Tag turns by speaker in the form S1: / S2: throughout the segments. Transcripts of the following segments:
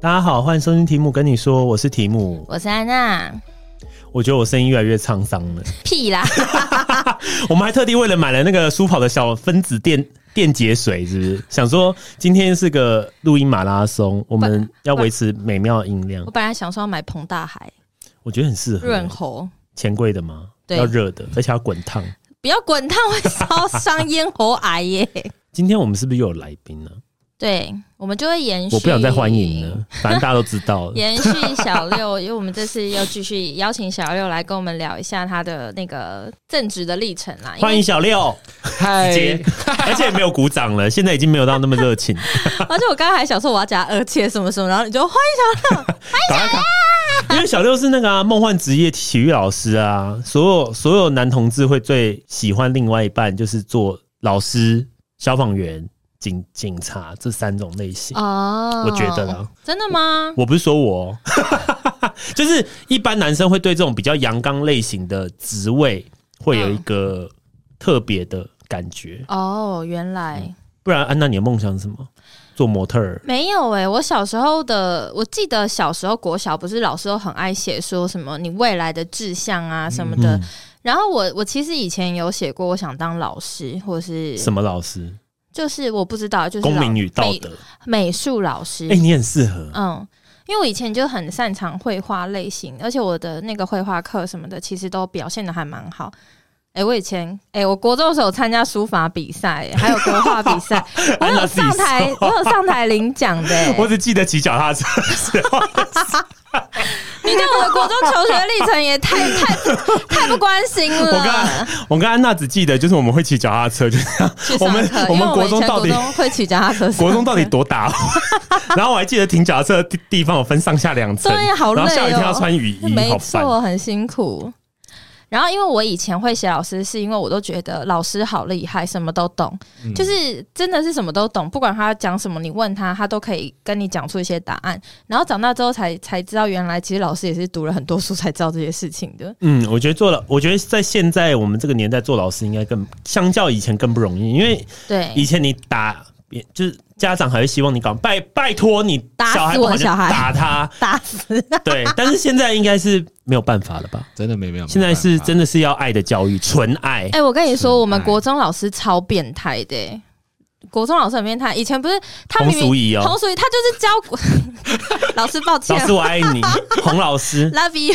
S1: 大家好，欢迎收听题目跟你说，我是题目。
S2: 我是安娜，
S1: 我觉得我声音越来越沧桑了。
S2: 屁啦，
S1: 我们还特地为了买了那个舒跑的小分子电电解水，是不是？想说今天是个录音马拉松，我们要维持美妙的音量
S2: 我，本来想说要买彭大海
S1: 我觉得很适合、
S2: 润喉，
S1: 钱柜的吗？
S2: 对
S1: 要热的，而且要滚烫。
S2: 不要滚烫会烧伤咽喉癌耶。
S1: 今天我们是不是又有来宾了？
S2: 对，我们就会延续。
S1: 我不想再欢迎了，反正大家都知 道了。
S2: 延续小 六，因为我们这次要继续邀请小六来跟我们聊一下他的那个正职的历程啦。因
S1: 欢迎
S2: 为
S1: 小六，
S3: 嗨，
S1: 接，而且没有鼓掌了，现在已经没有到那么热情。
S2: 而且我刚才还想说我要加二切什么什么，然后你就欢迎小六，
S1: 赶快
S2: 啊
S1: 看，因为小六是那个啊梦、幻职业体育老师啊，所有所有男同志会最喜欢另外一半就是做老师、消防员、警警察这三种类型。
S2: 哦
S1: 我觉得啦，
S2: 真的吗？
S1: 我不是说我哦， 就是一般男生会对这种比较阳刚类型的职位会有一个
S2: 嗯
S1: 特别的感觉。
S2: 哦，原来
S1: 不然，安娜，你的梦想是什么？做模特儿？
S2: 没有诶、我小时候的，我记得小时候国小不是老师都很爱写说什么你未来的志向啊什么的。
S1: 嗯
S2: 然后我我其实以前有写过，我想当老师，或是
S1: 什么老师？
S2: 就是我不知道，就是
S1: 公
S2: 老
S1: 民与道
S2: 美
S1: 德。
S2: 美术老师。
S1: 哎、你很适合。
S2: 嗯，因为我以前就很擅长绘画类型，而且我的那个绘画课什么的，其实都表现的还蛮好。哎、我以前哎、我国中的时候有参加书法比赛、还有国画比 赛，我
S1: 安娜
S2: 有
S1: 自己
S2: 上台，我有上台领奖的、哎
S1: 我只记得骑脚踏车的时候，
S2: 你对我的国中求学历程也太太太不关心了。
S1: 我刚我跟安娜只记得就是我们会骑脚踏车，就是
S2: 去
S1: 我们
S2: 上课，
S1: 我
S2: 因为
S1: 们
S2: 我
S1: 国
S2: 以前
S1: 中到底
S2: 国中会骑脚踏车上课，
S1: 国中到底多大哦？ 然后我还记得停脚踏车的地地方有分上下两层，
S2: 对呀好累
S1: 然
S2: 哦
S1: 后下雨天要穿雨衣，
S2: 没
S1: 好烦。
S2: 错，很辛苦。然后，因为我以前会写老师，是因为我都觉得老师好厉害，什么都懂，
S1: 嗯
S2: 就是真的是什么都懂，不管他讲什么，你问他，他都可以跟你讲出一些答案。然后长大之后才才知道，原来其实老师也是读了很多书才知道这些事情的。
S1: 嗯，我觉得做了，我觉得在现在我们这个年代做老师应该更相较以前更不容易，因为以
S2: 对，
S1: 前你打别就是家长还会希望你搞拜拜托你
S2: 打死
S1: 小孩
S2: 我
S1: 不
S2: 的
S1: 好就
S2: 小孩
S1: 打他，
S2: 打死
S1: 对，但是现在应该是没有办法了吧？
S3: 真的没没有，
S1: 现在是真
S3: 的
S1: 的是要爱的教育，纯 爱
S2: 哎、。我跟你说，
S3: 是
S2: 我们国中老师超变态的、欸国中老师很变态，以前不是他
S1: 红
S2: 明明
S1: 薯仪哦
S2: 同，属于他就是教 老师，抱歉
S1: 老师我爱你，洪老师。
S2: ，love you。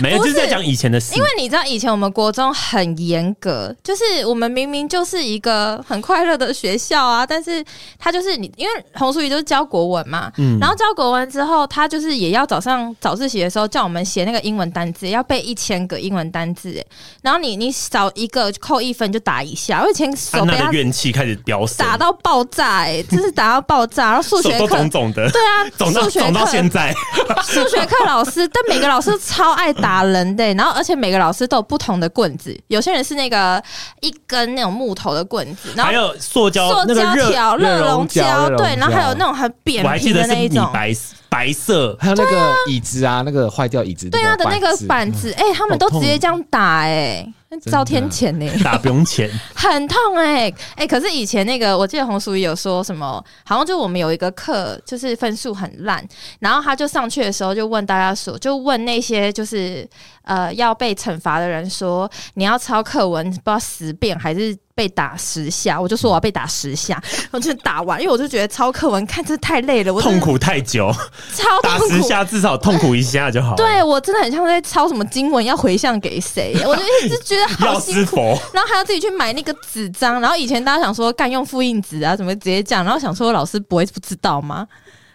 S1: 没有，
S2: 不
S1: 就是是在讲以前的事。
S2: 因为你知道，以前我们国中很严格，就是我们明明就是一个很快乐的学校啊，但是他就是你，因为红薯鱼就是教国文嘛，
S1: 嗯
S2: 然后教国文之后，他就是也要早上早自习的时候叫我们写那个英文单字，要背一千个英文单字，哎然后你你少一个就扣一分就打一下，我以前手
S1: 安
S2: 被
S1: 娜
S2: 他
S1: 的怨气开始飙升，
S2: 打到爆炸、哎，真是打到爆炸，然后数
S1: 手
S2: 学
S1: 都
S2: 课
S1: 肿肿 的，
S2: 对啊，
S1: 肿到
S2: 数学
S1: 肿到
S2: 课
S1: 现在。
S2: 数学课老师，但每个老师都超爱打人的欸、然后而且每个老师都有不同的棍子，有些人是那个一根那种木头的棍子，然
S1: 还
S2: 后
S1: 有塑胶
S2: 塑
S1: 那
S2: 胶
S1: 个热，
S2: 条、
S3: 热
S2: 熔
S3: 熔胶热
S2: 对，
S3: 熔
S2: 然后还有
S3: 胶
S2: 那种很扁
S1: 我还记
S2: 平
S1: 得
S2: 的
S1: 是
S2: 那一
S1: 米
S2: 种。
S1: 白白色，
S3: 还有那个椅子啊，那个坏掉椅子，
S2: 对啊的那个
S3: 板
S2: 板子，哎、他们都直
S1: 哦
S2: 接这样打、哎，
S3: 的
S2: 遭天谴呢、
S1: 打不用钱，
S2: 很痛哎、哎、可是以前那个，我记得红淑仪有说什么，好像就我们有一个课，就是分数很烂，然后他就上去的时候就问大家说，就问那些就是呃要被惩罚的人说，你要抄课文不知道十遍还是被打十下，我就说我要被打十下，我就打完，因为我就觉得抄课文看这太累 了，我真
S1: 痛
S2: 的
S1: 苦太 久，
S2: 超
S1: 打
S2: 痛
S1: 十
S2: 苦。
S1: 下至少痛苦一下就好。，
S2: 对啊我真的很像在抄什么经文要回向给谁，我就一直觉得好
S1: 药
S2: 辛
S1: 师佛，
S2: 然后还要自己去买那个纸张，然后以前大家想说干用复印纸啊，怎么直接这样，然后想说老师不会不知道吗？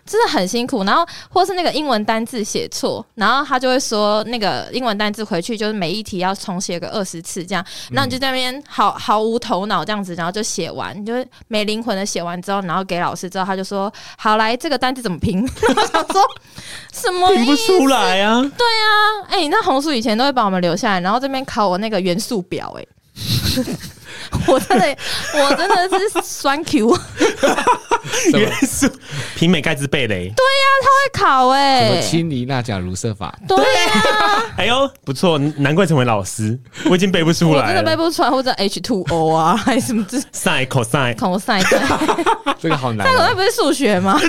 S2: 真的很辛苦，然后或是那个英文单字写错，然后他就会说那个英文单字回去就是每一题要重写个二十次这样，然后你就在那边毫毫无头脑这样子，然后就写完，你就是没灵魂的写完之后，然后给老师之后，他就说好来这个单字怎么拼？ 我想说什么
S1: 拼
S2: 意
S1: 不
S2: 思？
S1: 出来啊！
S2: 哎、那红薯以前都会把我们留下来，然后这边考我那个元素表、哎。 我真的，我真的是酸 Q 会
S3: 么
S1: 元素平美盖茨贝雷，
S2: 啊
S1: 对，
S2: 考
S3: 什
S2: 哎、
S3: 么氢尼钠钾卢瑟法，
S2: 对啊，
S1: 哎呦不错，难怪成为老师，我已经背不出
S2: 我
S1: 来
S2: 真的背
S1: 了。
S2: 不出来，或者 H two O 啊， 还是什么这
S1: sin cosine，
S2: cosine，cosine
S3: 这个好难
S2: 那
S3: 哦，
S2: 不是数学吗？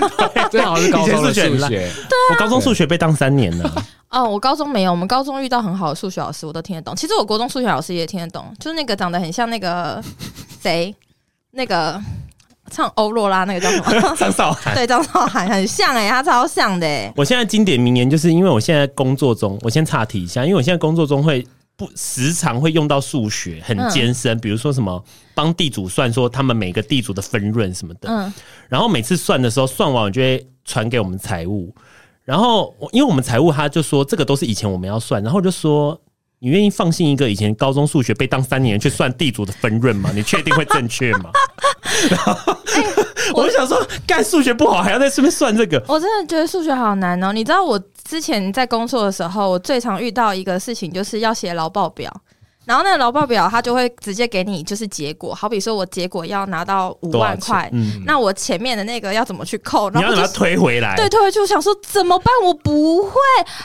S3: 这个好像是高中的
S1: 以前数学
S3: 数
S1: 很
S3: 学，
S1: 我高中数学被当三年了，
S2: 哦，我高中没有，我们高中遇到很好的数学老师，我都听得懂。其实我国中数学老师也听得懂，就是那个长得很像那个谁， 那个唱欧若拉那个 叫什么？
S1: 张韶涵。
S2: 对，张韶涵很像哎、他超像的哎、
S1: 我现在经典名言就是因为我现在工作中，我先岔题一下，因为我现在工作中会不时常会用到数学，很艰深，比如说什么帮地主算说他们每个地主的分润什么的，
S2: 嗯，
S1: 然后每次算的时候，算完我就会传给我们财务，然后我因为我们财务他就说这个都是以前我们要算，然后我就说。你愿意放心一个以前高中数学被当三年去算地主的分润吗？你确定会正确吗？ 然后我就想说，干数学不好还要在顺便算这个，
S2: 我真的觉得数学好难哦。你知道我之前在工作的时候，我最常遇到一个事情，就是要写劳报表。然后那个劳报表，它就会直接给你就是结果，好比说我结果要拿到五
S1: 多少
S2: 万
S1: 钱
S2: 块，
S1: 嗯
S2: 那我前面的那个要怎么去扣？
S1: 你
S2: 然
S1: 要
S2: 后
S1: 把
S2: 就
S1: 它
S2: 是
S1: 推回来。
S2: 对，突然就想说怎么办？我不会，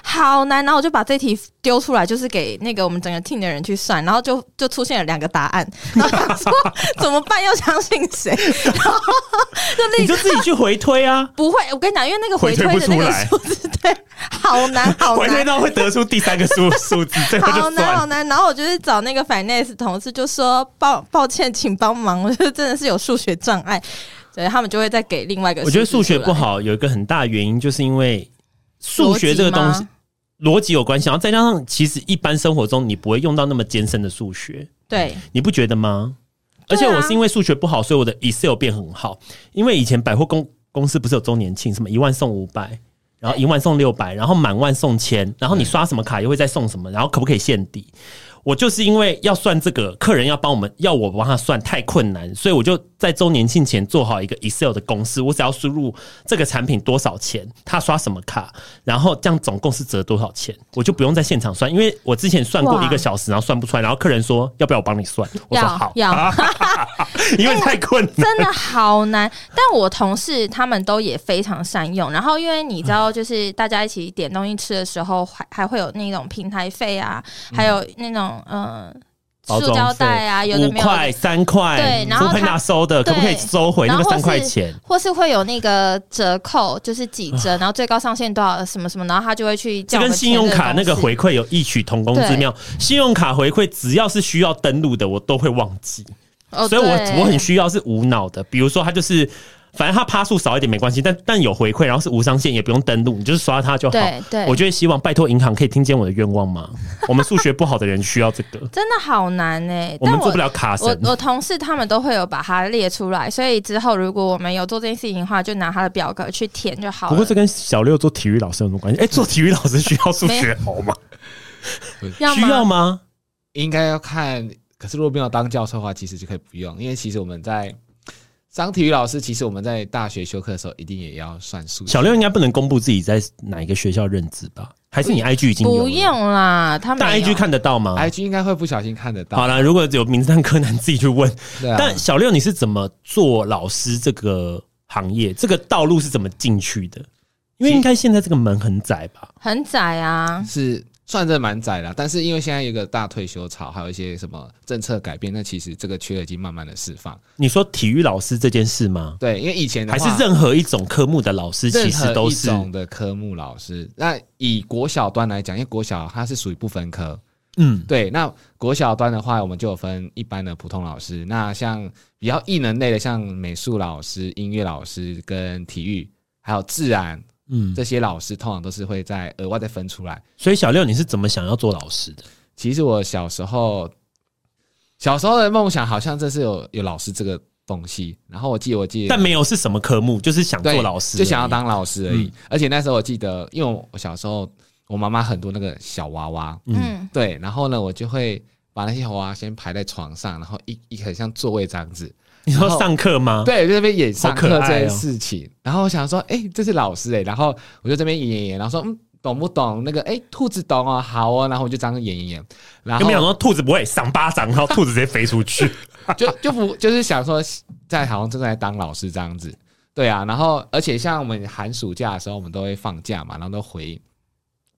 S2: 好难。然后我就把这题丢出来，就是给那个我们整个 team 的人去算，然后就就出现了两个答案，然后想说 怎么办？要相信谁？然后 就
S1: 你
S2: 立
S1: 就
S2: 刻。，
S1: 自己去回推啊
S2: 不会，我跟你讲，因为那个回
S1: 回推不
S2: 推的那
S1: 出
S2: 个
S1: 来
S2: 数字，对，好 难， 好
S1: 回推
S2: 难，
S1: 到会得出第三个 数数字，最后
S2: 好
S1: 就
S2: 难，哦好
S1: 算。
S2: 难。然后我就是找那个 finance 同事，就说抱抱歉，请帮忙，我就真的是有数学障碍，对他们就会再给另外一个。
S1: 我觉得数学不，好有一个很大原因，就是因为数学这个东
S2: 逻辑
S1: 西
S2: 吗
S1: 逻辑有关系，然后再加上其实一般生活中你不会用到那么艰深的数学，
S2: 对，
S1: 你不觉得吗？而
S2: 对啊
S1: 且我是因为数学不好，所以我的 Excel 变很好。因为以前百货公公司不是有周年庆，什么一万送五百，然后一万送六百，然后满万送千，然后你刷什么卡又会再送什么，然后可不可以限底？我就是因为要算这个，客人要帮我们要我帮他算太困难，所以我就在周年庆前做好一个 Excel 的公式，我只要输入这个产品多少钱，他刷什么卡，然后这样总共是折多少钱，我就不用在现场算，因为我之前算过
S2: 哇
S1: 一个小时，然后算不出来，然后客人说要不要我帮你算，我说
S2: 要
S1: 好，
S2: 要。
S1: 因为太困难。
S2: 真的好难。但我同事他们都也非常善用。然后因为你知道，就是大家一起点东西吃的时候，还还会有那种平台费啊，还有那种嗯、呃、
S1: 包
S2: 塑胶
S1: 装费
S2: 袋啊，有的
S1: 五
S2: 没有
S1: 块、
S2: 的。
S1: 三块，
S2: 对然后
S1: 喷
S2: 他
S1: 他收的，可不可以
S2: 对
S1: 收回那
S2: 然
S1: 个
S2: 后
S1: 三块
S2: 是
S1: 钱？
S2: 或是会有那个折扣，就是几折，然后最高上限多少什么什么，然后他就会去
S1: 啊这
S2: 叫我
S1: 跟
S2: 们
S1: 信
S2: 签这
S1: 用
S2: 个
S1: 卡那个
S2: 东西
S1: 回馈有异曲同工之妙。信用卡回馈只要是需要登录的，我都会忘记，
S2: 哦，
S1: 所以我
S2: 对
S1: 我很需要是无脑的。比如说，它就是反正它趴数少一点没关系，但但有回馈，然后是无上限，也不用登录，你就是刷它就好。
S2: 对对，
S1: 我就会希望拜托银行可以听见我的愿望吗？我们数学不好的人需要这 个，
S2: 真的好难呢、
S1: 我
S2: 但
S1: 们
S2: 我
S1: 做不了卡神啊
S2: 我。我同事他们都会有把它列出来，所以之后如果我们有做这件事情的话，就拿他的表格去填就好了。
S1: 不过这跟小六做体育老师有什么 关系？哎、做体育老师需要数学好吗？
S2: 要
S1: 需要
S2: 吗？
S1: 吗？
S3: 应该要看。可是如果没有当教授的话，其实就可以不用，因为其实我们在当体育老师，其实我们在大学修课的时候，一定也要算数学。
S1: 小六应该不能公布自己在哪一个学校任职吧？还是你 IG 已经有了
S2: 不用啦，他们
S1: 大 IG 看得到吗？
S3: IG 应该会不小心看得到。
S1: 好了，如果有名侦探柯南自己去问。
S3: 对啊，
S1: 但小六，你是怎么做老师这个行业？这个道路是怎么进去的？因为应该现在这个门很窄吧？
S2: 很窄啊，
S3: 是算着蛮窄啦，但是因为现在有一个大退休潮，还有一些什么政策改变，那其实这个缺已经慢慢的释放。
S1: 你说体育老师这件事吗？
S3: 对，因为以前的
S1: 还
S3: 话
S1: 是任何一种科目的老师其实
S3: 任何
S1: 都
S3: 一
S1: 是
S3: 种的科目老师。那以国小端来讲，因为国小它是属于不分科，
S1: 嗯，
S3: 对。那国小端的话，我们就有分一般的普通老师，那像比较艺能类的，像美术老师、音乐老师跟体育，还有自然
S1: 嗯，
S3: 这些老师，通常都是会在额外再分出来。
S1: 所以小六，你是怎么想要做老师的？
S3: 其实我小时候，小时候的梦想好像这是有有老师这个东西。然后我记得，我记得
S1: 但没有是什么科目，就是想
S3: 对
S1: 做老师而已，
S3: 就想要当老师而已。
S1: 嗯
S3: 而且那时候我记得，因为我小时候我妈妈很多那个小娃娃，
S1: 嗯
S2: 嗯，
S3: 对，然后呢，我就会把那些娃娃先排在床上，然后一一很像座位这样子，
S1: 你说
S3: 然后
S1: 上课吗？
S3: 对，就这边演上课
S1: 啊好可
S3: 这
S1: 爱哦
S3: 件事情。然后我想说，哎、这是老师哎、然后我就这边演演演，然后说嗯。懂不懂那个？哎、兔子懂哦，好哦，然后我就这样演演演，然
S1: 有
S3: 后
S1: 没有想到兔子不会赏巴掌，然后兔子直接飞出去？
S3: 就就不就是想说在好像正在当老师这样子，对啊。然后而且像我们寒暑假的时候，我们都会放假嘛，然后都回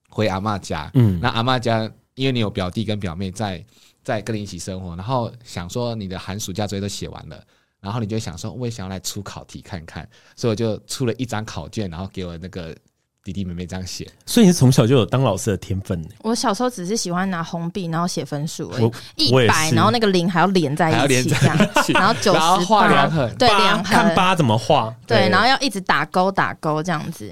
S3: 回阿嬷家。
S1: 嗯
S3: 那阿嬷家，因为你有表弟跟表妹在在跟你一起生活，然后想说你的寒暑假作业都写完了。然后你就会想说，我也想要来出考题看看，所以我就出了一张考卷，然后给我那个弟弟妹妹这样写。
S1: 所以你是从小就有当老师的天分呢、
S2: 我小时候只是喜欢拿红笔，然后写分数而已
S1: 我，我
S2: 一
S1: 也
S2: 百，
S1: 是
S2: 然后那个零还要连在
S3: 还要
S2: 一
S3: 连
S2: 起
S3: 在
S2: 这样，然后九
S3: 然后
S2: 十
S3: 画两横
S2: 对
S1: 八
S2: 两
S1: 看
S2: 横，
S1: 八怎么画。
S2: 对，
S3: 对
S2: 然后要一直打勾打勾这样子。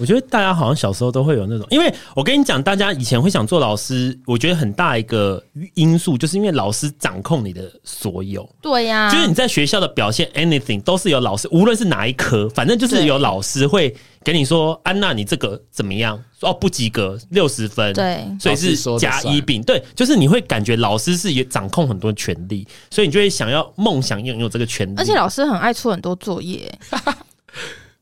S1: 我觉得大家好像小时候都会有那种，因为我跟你讲，大家以前会想做老师，我觉得很大一个因素就是因为老师掌控你的所有，
S2: 对呀、
S1: 就是你在学校的表现，anything 都是有老师，无论是哪一科，反正就是有老师会给你说，安娜你这个怎么样？哦，不及格，六十分，
S2: 对
S1: 所以
S3: 老
S1: 是
S3: 师说的
S1: 甲
S3: 算
S1: 乙丙，对，就是你会感觉老师是也掌控很多权利，所以你就会想要梦想拥有这个权利，
S2: 而且老师很爱出很多 作业，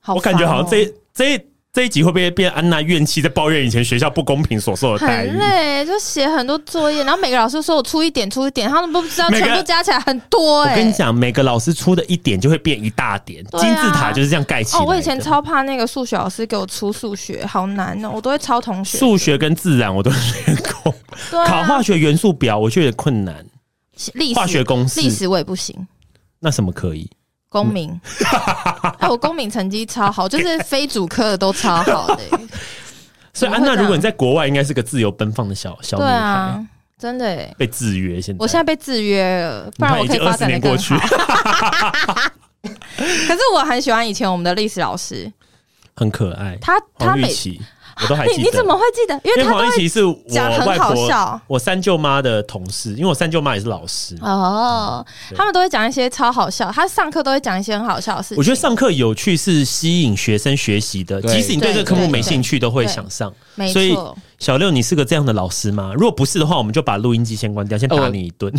S2: 好
S1: 我
S2: 烦
S1: 感觉好
S2: 哦
S1: 像这这这一集会不会变安娜怨气，在抱怨以前学校不公平所受的待遇
S2: 很？累，就写很多作业，然后每个老师说我出一点出一点，他们都不知道
S1: 每个
S2: 全部加起来很多
S1: 我
S2: 哎、
S1: 跟你讲，每个老师出的一点就会变一大点，
S2: 对啊
S1: 金字塔就是这样盖起来的。
S2: 哦，我以前超怕那个数学老师给我出数学，好难哦，我都会抄同学。
S1: 数学跟自然我都练 过，
S2: 对、啊，
S1: 考化学元素表我觉得有点困难，
S2: 历史、
S1: 化学公式
S2: 历史我也不行。
S1: 那什么可以？
S2: 公 民，哎，我公民成绩超好，就是非主科的都超好 的、
S1: 所以安
S2: 怎么
S1: 娜，
S2: 会这样
S1: 如果你在国外，应该是个自由奔放的小小女
S2: 对
S1: 孩，
S2: 啊，真的、哎
S1: 被制约。现在
S2: 我现在被制约了，不然我
S1: 你看已
S2: 可以
S1: 经
S2: 发
S1: 二十
S2: 展的
S1: 年
S2: 更
S1: 过去
S2: 好。， 可是我很喜欢以前我们的历史老师，
S1: 很可爱。
S2: 他他
S1: 黄玉
S2: 每
S1: 琪，我都还记
S2: 你
S1: 得。
S2: 你怎么会记得？因
S1: 因
S2: 为
S1: 为
S2: 他
S1: 黄玉
S2: 都
S1: 琪是我
S2: 讲很
S1: 外
S2: 好
S1: 婆
S2: 笑、
S1: 我三舅妈的同事，因为我三舅妈也是老师。
S2: 哦，他们都会讲一些超好笑，他上课都会讲一些很好笑的事情。
S1: 我觉得上课有趣是吸引学生学习的，
S3: 对
S1: 即使你对这个科目
S2: 对
S1: 没兴趣，都会
S2: 对
S1: 想上。
S2: 没
S1: 所以
S2: 错，
S1: 小六，你是个这样的老师吗？如果不是的话，我们就把录音机先关掉，先
S3: 呃
S1: 打
S3: 我
S1: 你一顿。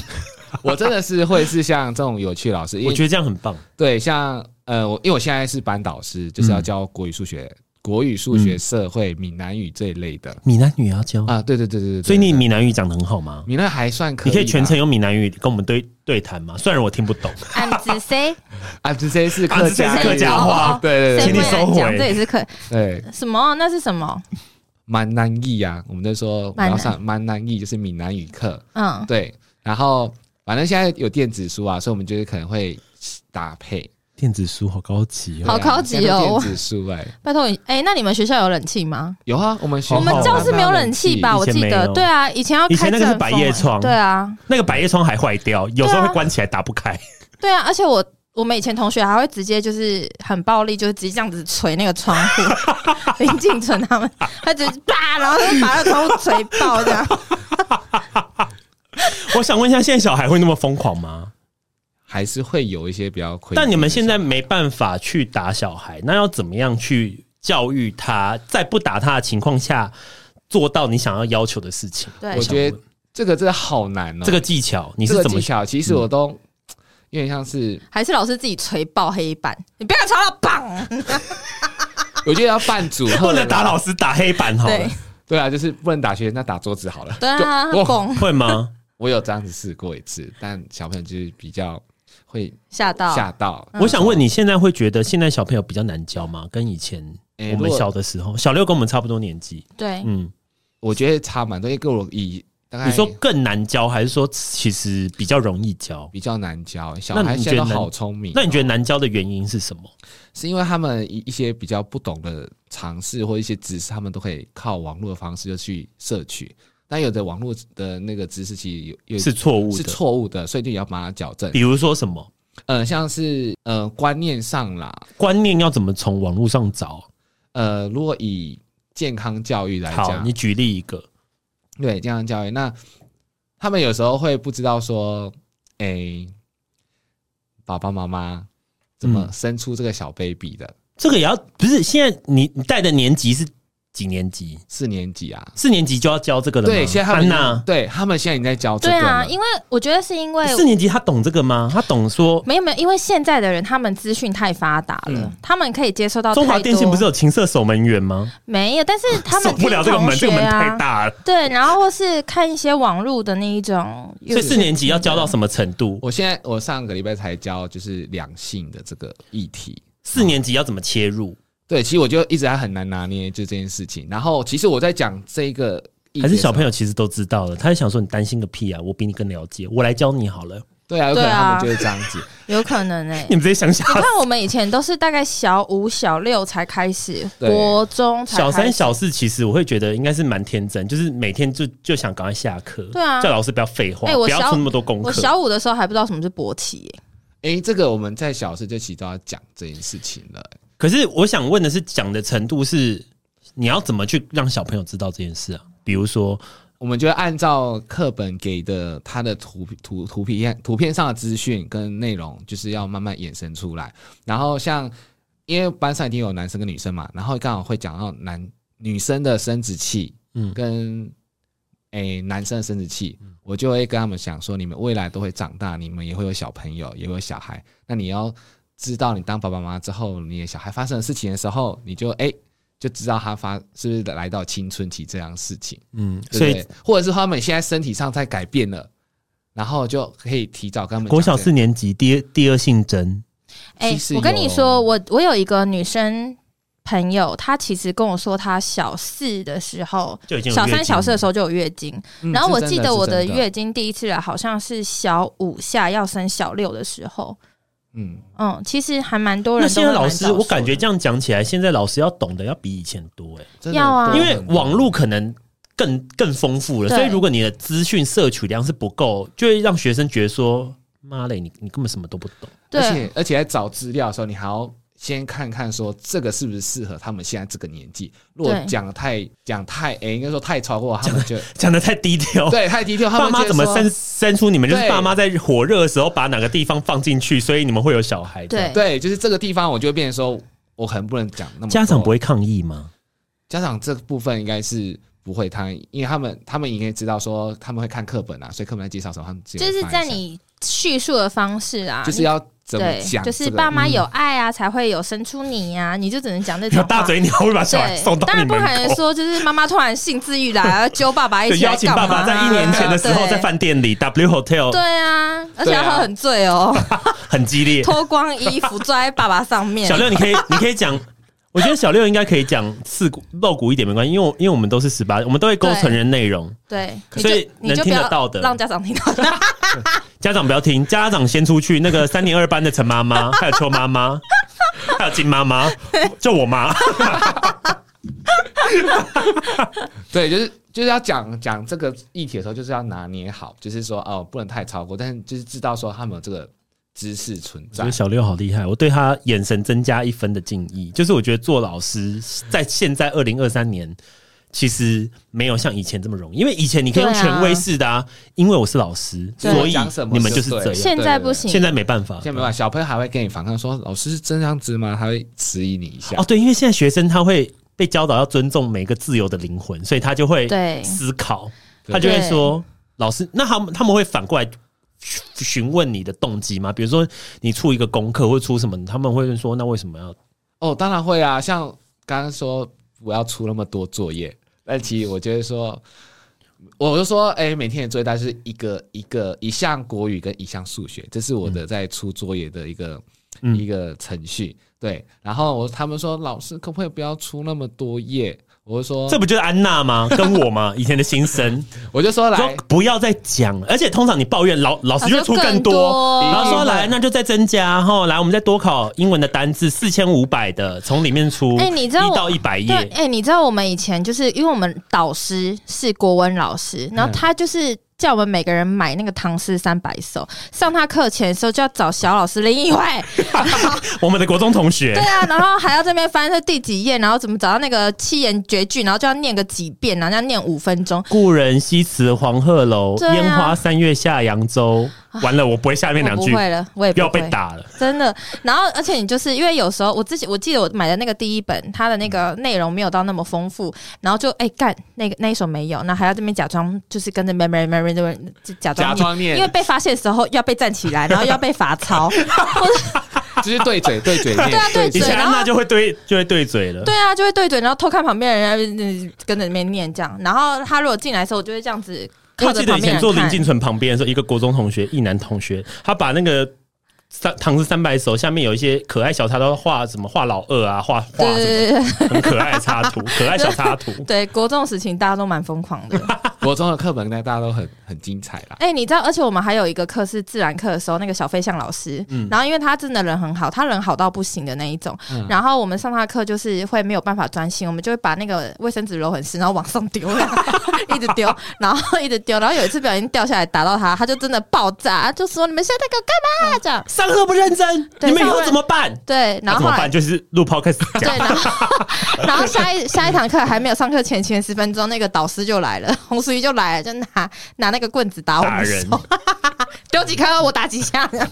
S3: 我真的是会是像这种有趣的老师，因
S1: 我
S3: 为
S1: 觉得这样很棒。
S3: 对，像呃，我因为我现在是班导师，就是要教国语、数学、国语、数学、
S1: 嗯
S3: 社会、闽南语这一类的
S1: 闽南语也要教，
S3: 啊。对对对对对，
S1: 所以你
S3: 对
S1: 闽南语讲的很好吗？
S3: 闽南还算可
S1: 你
S3: 以吧，
S1: 可以全程用闽南语跟我们对对谈吗？虽然我听不懂，
S2: 俺子 C
S3: 啊，这些是
S1: 啊
S3: 客家哦
S1: 这些是客家话
S3: 对对
S1: 呃请
S3: 对
S1: 你
S2: 会
S1: 收回
S2: 讲，这也是可
S3: 对，
S2: 什么？那是什么？
S3: 闽南语啊，我们就说我们要
S2: 闽南
S3: 上闽南语，就是闽南语课，
S2: 嗯，
S3: 对，然后反正现在有电子书啊，所以我们就是可能会搭配。
S1: 电子书好高级
S3: 对
S1: 哦。
S3: 啊
S2: 好高级哦
S3: 现在都
S2: 我
S3: 电子书哎、
S2: 拜托你，哎，那你们学校有冷气吗？
S3: 有啊，我们学
S1: 哦
S2: 我们教室没有冷气吧？
S1: 以
S2: 我
S1: 前
S2: 记
S1: 没
S2: 得，
S1: 有
S2: 对啊，以前要
S1: 以前
S2: 开
S1: 那个是
S2: 阵
S1: 百
S2: 风
S1: 叶
S2: 哎
S1: 窗
S2: 对啊，
S1: 那个百叶窗还坏掉，有时候
S2: 对啊
S1: 会关起来打不开。
S2: 对啊，而且我。我们以前同学还会直接就是很暴力，就是直接这样子捶那个窗户。 林敬纯他们，他直接啪，然后就把那个窗户捶爆 这样。
S1: 我想问一下，现在小孩会那么疯狂吗？
S3: 还是会有一些比较亏。
S1: 但你们现在没办法去打小孩，那要怎么样去教育他？在不打他的情况下，做到你想要要求的事情？
S2: 对
S3: 我
S1: 想
S3: 觉得
S1: 问
S3: 这个真的好难哦、
S1: 这个技巧你
S3: 这
S1: 是
S3: 个
S1: 怎么嗯
S3: 技？巧，其实我都有点像是，
S2: 还是老师自己捶爆黑板，你不要吵到棒。
S3: 我觉得要办组
S1: 不
S3: 合
S1: 能
S3: 的
S1: 打
S3: 啦。
S1: 老师，打黑板好了
S2: 对，
S3: 对啊，就是不能打学生，那打桌子好了。
S2: 对啊，
S3: 就哦我
S2: 蹦
S1: 会吗？
S3: 我有这样子试过一次，但小朋友就是比较会
S2: 吓到。
S3: 吓到。
S1: 我想问，你现在会觉得现在小朋友比较难教吗？跟以前
S3: 诶
S1: 我们
S3: 如果
S1: 小的时候，小六跟我们差不多年纪，
S2: 对，
S1: 嗯，
S3: 我觉得差蛮多，因为跟我以大概
S1: 你说更难教，还是说其实比较容易教？
S3: 比较难教，小
S1: 那
S3: 孩
S1: 你
S3: 现在
S1: 觉
S3: 都
S1: 得难
S3: 好聪明。
S1: 那你觉得难教的原因是什么？
S3: 是因为他们一一些比较不懂的尝试或一些知识，他们都可以靠网络的方式就去摄取。但有的网络的那个知识其实有有
S1: 是错误
S3: 是
S1: 的，
S3: 错误的，所以就也要把它矫正
S1: 比。如说什么
S3: 呃，像是呃观念上啦，
S1: 观念要怎么从网络上找？
S3: 呃，如果以健康教育来
S1: 好，
S3: 讲
S1: 你，举例一个，
S3: 对健康教育，那他们有时候会不知道说，诶，爸爸妈妈怎么
S1: 嗯
S3: 生出这个小 baby 的？
S1: 这个也要不是现在你你带的年级是几年级？
S3: 四年级啊，
S1: 四年级就要教这个了吗？
S3: 对，现在他
S1: 安
S3: 们
S1: 娜，
S3: 对他们现在已经在教这
S2: 对
S3: 个
S2: 啊，
S3: 了，
S2: 因为我觉得是因为
S1: 四年级他懂这个吗？他懂说
S2: 没有没有，因为现在的人他们资讯太发达了，
S3: 嗯
S2: 他们可以接收到
S1: 中华
S2: 太多
S1: 电信不是有情色守门员吗？
S2: 没有，但是他
S1: 守
S2: 们
S1: 不了这
S2: 听
S1: 个门，
S2: 同
S1: 这个门
S2: 学啊
S1: 太大了。
S2: 对，然后或是看一些网络的那一种，
S1: 所以四年级要教到什么程度？
S2: 嗯
S3: 我现在我上个礼拜才教就是两性的这个议题。
S1: 四年级要怎么切入？
S3: 对，其实我就一直还很难拿捏就这件事情。然后其实我在讲这一个议题
S1: 还
S3: 的时候，
S1: 是小朋友其实都知道了，他就想说你担心个屁啊！我比你更了解，我来教你好了。
S3: 对啊，有可能
S2: 对
S3: 他
S2: 啊
S3: 们就是这样子。
S2: 有可能哎、
S1: 你们直接想想
S2: 你，看，我们以前都是大概小五、小六才开始，
S3: 对
S2: 国中才
S1: 小
S2: 开
S1: 三、
S2: 始
S1: 小四，其实我会觉得应该是蛮天真，就是每天就就想赶快下课，
S2: 对啊
S1: 叫老师不要废话，
S2: 哎我
S1: 不要
S2: 小
S1: 出那么多功课。
S2: 我小五的时候还不知道什么是勃起、耶
S3: 诶，这个我们在小时就其实都要讲这件事情了。
S1: 可是我想问的是，讲的程度是你要怎么去让小朋友知道这件事啊？比如说，
S3: 我们就会按照课本给的它的图图图片图片上的资讯跟内容，就是要慢慢衍生出来。然后像因为班上一定有男生跟女生嘛，然后刚好会讲到男女生的生殖器，
S1: 嗯
S3: 嗯，跟诶、男生的生殖器，我就会跟他们讲说，你们未来都会长大，你们也会有小朋友，也会有小孩，那你要知道你当爸爸妈妈之后，你的小孩发生的事情的时候，你就诶、就知道他发是不是来到青春期这样的事情。
S1: 嗯，
S3: 所
S1: 所
S3: 以
S1: 以
S3: 或者是他们现在身体上在改变了，然后就可以提早跟他们讲这个。
S1: 国小四年级第二第二性征，
S2: 哎、
S3: 其实
S2: 我跟
S3: 有
S2: 你说，我我有一个女生朋友，她其实跟我说，她小四的时候，
S1: 就已经有
S2: 小
S1: 月
S2: 三、
S1: 经
S2: 小四的时候就有月经，
S3: 嗯，
S2: 然后我
S3: 是真
S2: 记得我的
S3: 是真
S2: 月经第一次来好像是小五下要升小六的时候，
S3: 嗯，
S2: 嗯，其实还蛮多
S1: 那
S2: 人都
S1: 现
S2: 会
S1: 在
S2: 蛮早熟的。
S1: 老师，我感觉这样讲起来，现在老师要懂得要比以前多哎、
S3: 真的
S2: 要啊
S3: 多
S1: 因为
S3: 很多
S1: 网络可能更更丰富了，
S2: 对
S1: 所以如果你的资讯摄取量是不够，就会让学生觉得说：“妈嘞，你你根本什么都不懂。
S3: 而
S2: 对
S3: 且而且在找资料的时候，你还要先看看说这个是不是适合他们现在这个年纪。如果
S2: 对
S3: 讲得太讲太诶、应该说太超过他们就”
S1: 讲的太低调，
S3: 对太低调，他
S1: 爸
S3: 们
S1: 妈
S3: 觉得
S1: 怎么
S3: 说
S1: 生生出你们？就是
S3: 对
S1: 爸妈在火热的时候把哪个地方放进去，所以你们会有小孩。这样，
S2: 对
S3: 对，就是这个地方我就会变成说，我可能不能讲那么多
S1: 家长不会抗议吗？
S3: 家长这部分应该是不会他，因为他们他们应该知道说他们会看课本啊，所以课本在介绍什么，他们只
S2: 就是在你叙述的方式啊，
S3: 就是要怎么
S2: 对，
S3: 讲、
S2: 就
S3: 这
S2: 是
S3: 个
S2: 爸
S1: 嗯
S2: 妈有爱啊，才会有生出你呀、你就只能讲那种
S1: 有
S2: 话。
S1: 大嘴鸟会把小孩送
S2: 对，
S1: 到
S2: 当
S1: 你
S2: 然不可能
S1: 门口。
S2: 说就是妈妈突然兴致欲来，要揪爸爸一
S1: 就
S2: 起
S1: 邀
S2: 来
S1: 请
S2: 干
S1: 爸
S2: 嘛
S1: 爸
S2: 啊？
S1: 在一年前的时候，
S2: 对
S1: 在饭店里 W Hotel
S2: 对啊，而且
S3: 对啊
S2: 要喝很醉哦，
S1: 很激烈。
S2: 脱光衣服坐在爸爸上 面
S1: 小。六，你可以，你可以讲。我觉得小六应该可以讲刺骨露骨一点没关系，因为我因为我们都是十八，我们都会勾成人内容，
S2: 对，你
S1: 所以
S2: 就你就
S1: 能
S2: 不
S1: 听得
S2: 要
S1: 到的
S2: 让家长听到。
S1: 家长不要听，家长先出去。那个三年二班的陈妈妈，还有邱妈妈，还有金妈妈，就我妈，
S3: 对，就是就是要讲讲这个议题的时候，就是要拿捏好，就是说哦，不能太超过，但是就是知道说他们有这个知识存
S1: 我觉
S3: 在
S1: 得。小六好厉害，我对他眼神增加一分的敬意。就是我觉得做老师在现在二零二三年，其实没有像以前这么容易，因为以前你可以用
S2: 对啊
S1: 权威式的啊，啊因为我是老师，
S2: 对
S1: 所以
S3: 讲什么
S1: 你们就是
S3: 就
S1: 这
S3: 对
S1: 样。
S2: 现在不行，
S1: 现在没办法，
S3: 现在没办法，小朋友还会跟你反抗说：“老师是这样子吗？”他会质疑你一下。
S1: 哦，对，因为现在学生他会被教导要尊重每个自由的灵魂，所以他就会
S2: 对
S1: 思考，
S3: 对
S1: 他就会说：“老师，那他们他们会反过来询询问你的动机吗？比如说你出一个功课或出什么，他们会说：那为什么要
S3: 哦，当然会啊，像刚刚说不要出那么多作业，但其实我觉得说，我就说，哎、每天的作业单是一个一个一项国语跟一项数学，这是我的在出作业的一个、
S1: 嗯
S3: 一个程序。对，然后我他们说老师可不可以不要出那么多页？我就说
S1: 这，不就是安娜 吗？跟我吗？以前的心声，
S3: 我就说
S1: 说
S3: 来，
S1: 不要再讲了，而且通常你抱怨老老师就会出更多。”
S2: 多
S1: 然后说
S3: 一定的
S1: 来，那就再增加哈，来我们再多考英文的单字四千五百的，从里面出，
S2: 哎你知道
S1: 一
S2: 我
S1: 到一百页
S2: 对，，哎、你知道我们以前就是因为我们导师是国文老师，
S1: 嗯
S2: 然后他就是叫我们每个人买那个唐诗三百首，上他课前的时候就要找小老师林一慧，
S1: 我们的国中同学
S2: 对啊，然后还要这边翻是第几页，然后怎么找到那个七言绝句，然后就要念个几遍，然后要念五分钟
S1: 故人西辞黄鹤楼，
S2: 对啊啊
S1: 烟花三月下扬州。完了，我不会下面
S2: 我
S1: 两
S2: 不
S1: 句，
S2: 会了，我也
S1: 又
S2: 不
S1: 要被
S2: 会，
S1: 打了。
S2: 真的。然后，而且你就是因为有时候我自己，我记得我买的那个第一本，它的那个内容没有到那么丰富，然后就哎干、那个那一首没有，那还要这边假装就是跟着 memory memory 这边假装
S3: 假
S2: 念。
S3: 装念
S2: 因为，被发现的时候要被站起来，然后要被罚抄。
S3: 就是 对嘴对嘴念，
S2: 对啊对
S1: 以
S2: 嘴
S1: 前
S2: 然
S1: 安
S2: 后
S1: 娜就会对就会对嘴了，
S2: 对啊，就会对嘴，然后偷看旁边的人，然后跟着那边念这样。然后他如果进来的时候，我就会这样子
S1: 我
S2: 靠着
S1: 记得
S2: 旁
S1: 以前
S2: 边人
S1: 坐林
S2: 看。
S1: 静纯旁边的时候，一个国中同学，一男同学，他把那个三唐诗三百首下面有一些可爱小插图，画什么画老二啊，画画
S2: 对
S1: 什
S2: 对对对
S1: 么很可爱的插图，可爱小插图。
S2: 对，国中的时情大家都蛮疯狂的。
S3: 国中的课本呢，大家都很很精彩啦。
S2: 哎、你知道，而且我们还有一个课是自然课的时候，那个小飞象老师，
S1: 嗯
S2: 然后因为他真的人很好，他人好到不行的那一种，
S3: 嗯
S2: 然后我们上他的课就是会没有办法专心，我们就会把那个卫生纸揉很湿，然后往上丢， 一直丢，然后一直丢，然后有一次不小心掉下来打到他，他就真的爆炸，就说你们现在在给我干嘛？这样
S1: 上课不认真，
S2: 对
S1: 你们以
S2: 上
S1: 后
S2: 课
S1: 怎么办？
S2: 对，然
S1: 那
S2: 后
S1: 怎
S2: 后
S1: 么
S2: 来
S1: 办？就是录 podcast
S2: 对，
S1: 讲，
S2: 然后然后下一下一堂课还没有上课前前十分钟，那个导师就来了，洪淑仪就来了，就拿拿那个棍子打我
S1: 打
S2: 们
S1: 人
S2: 手，。丢几颗我打几下。这样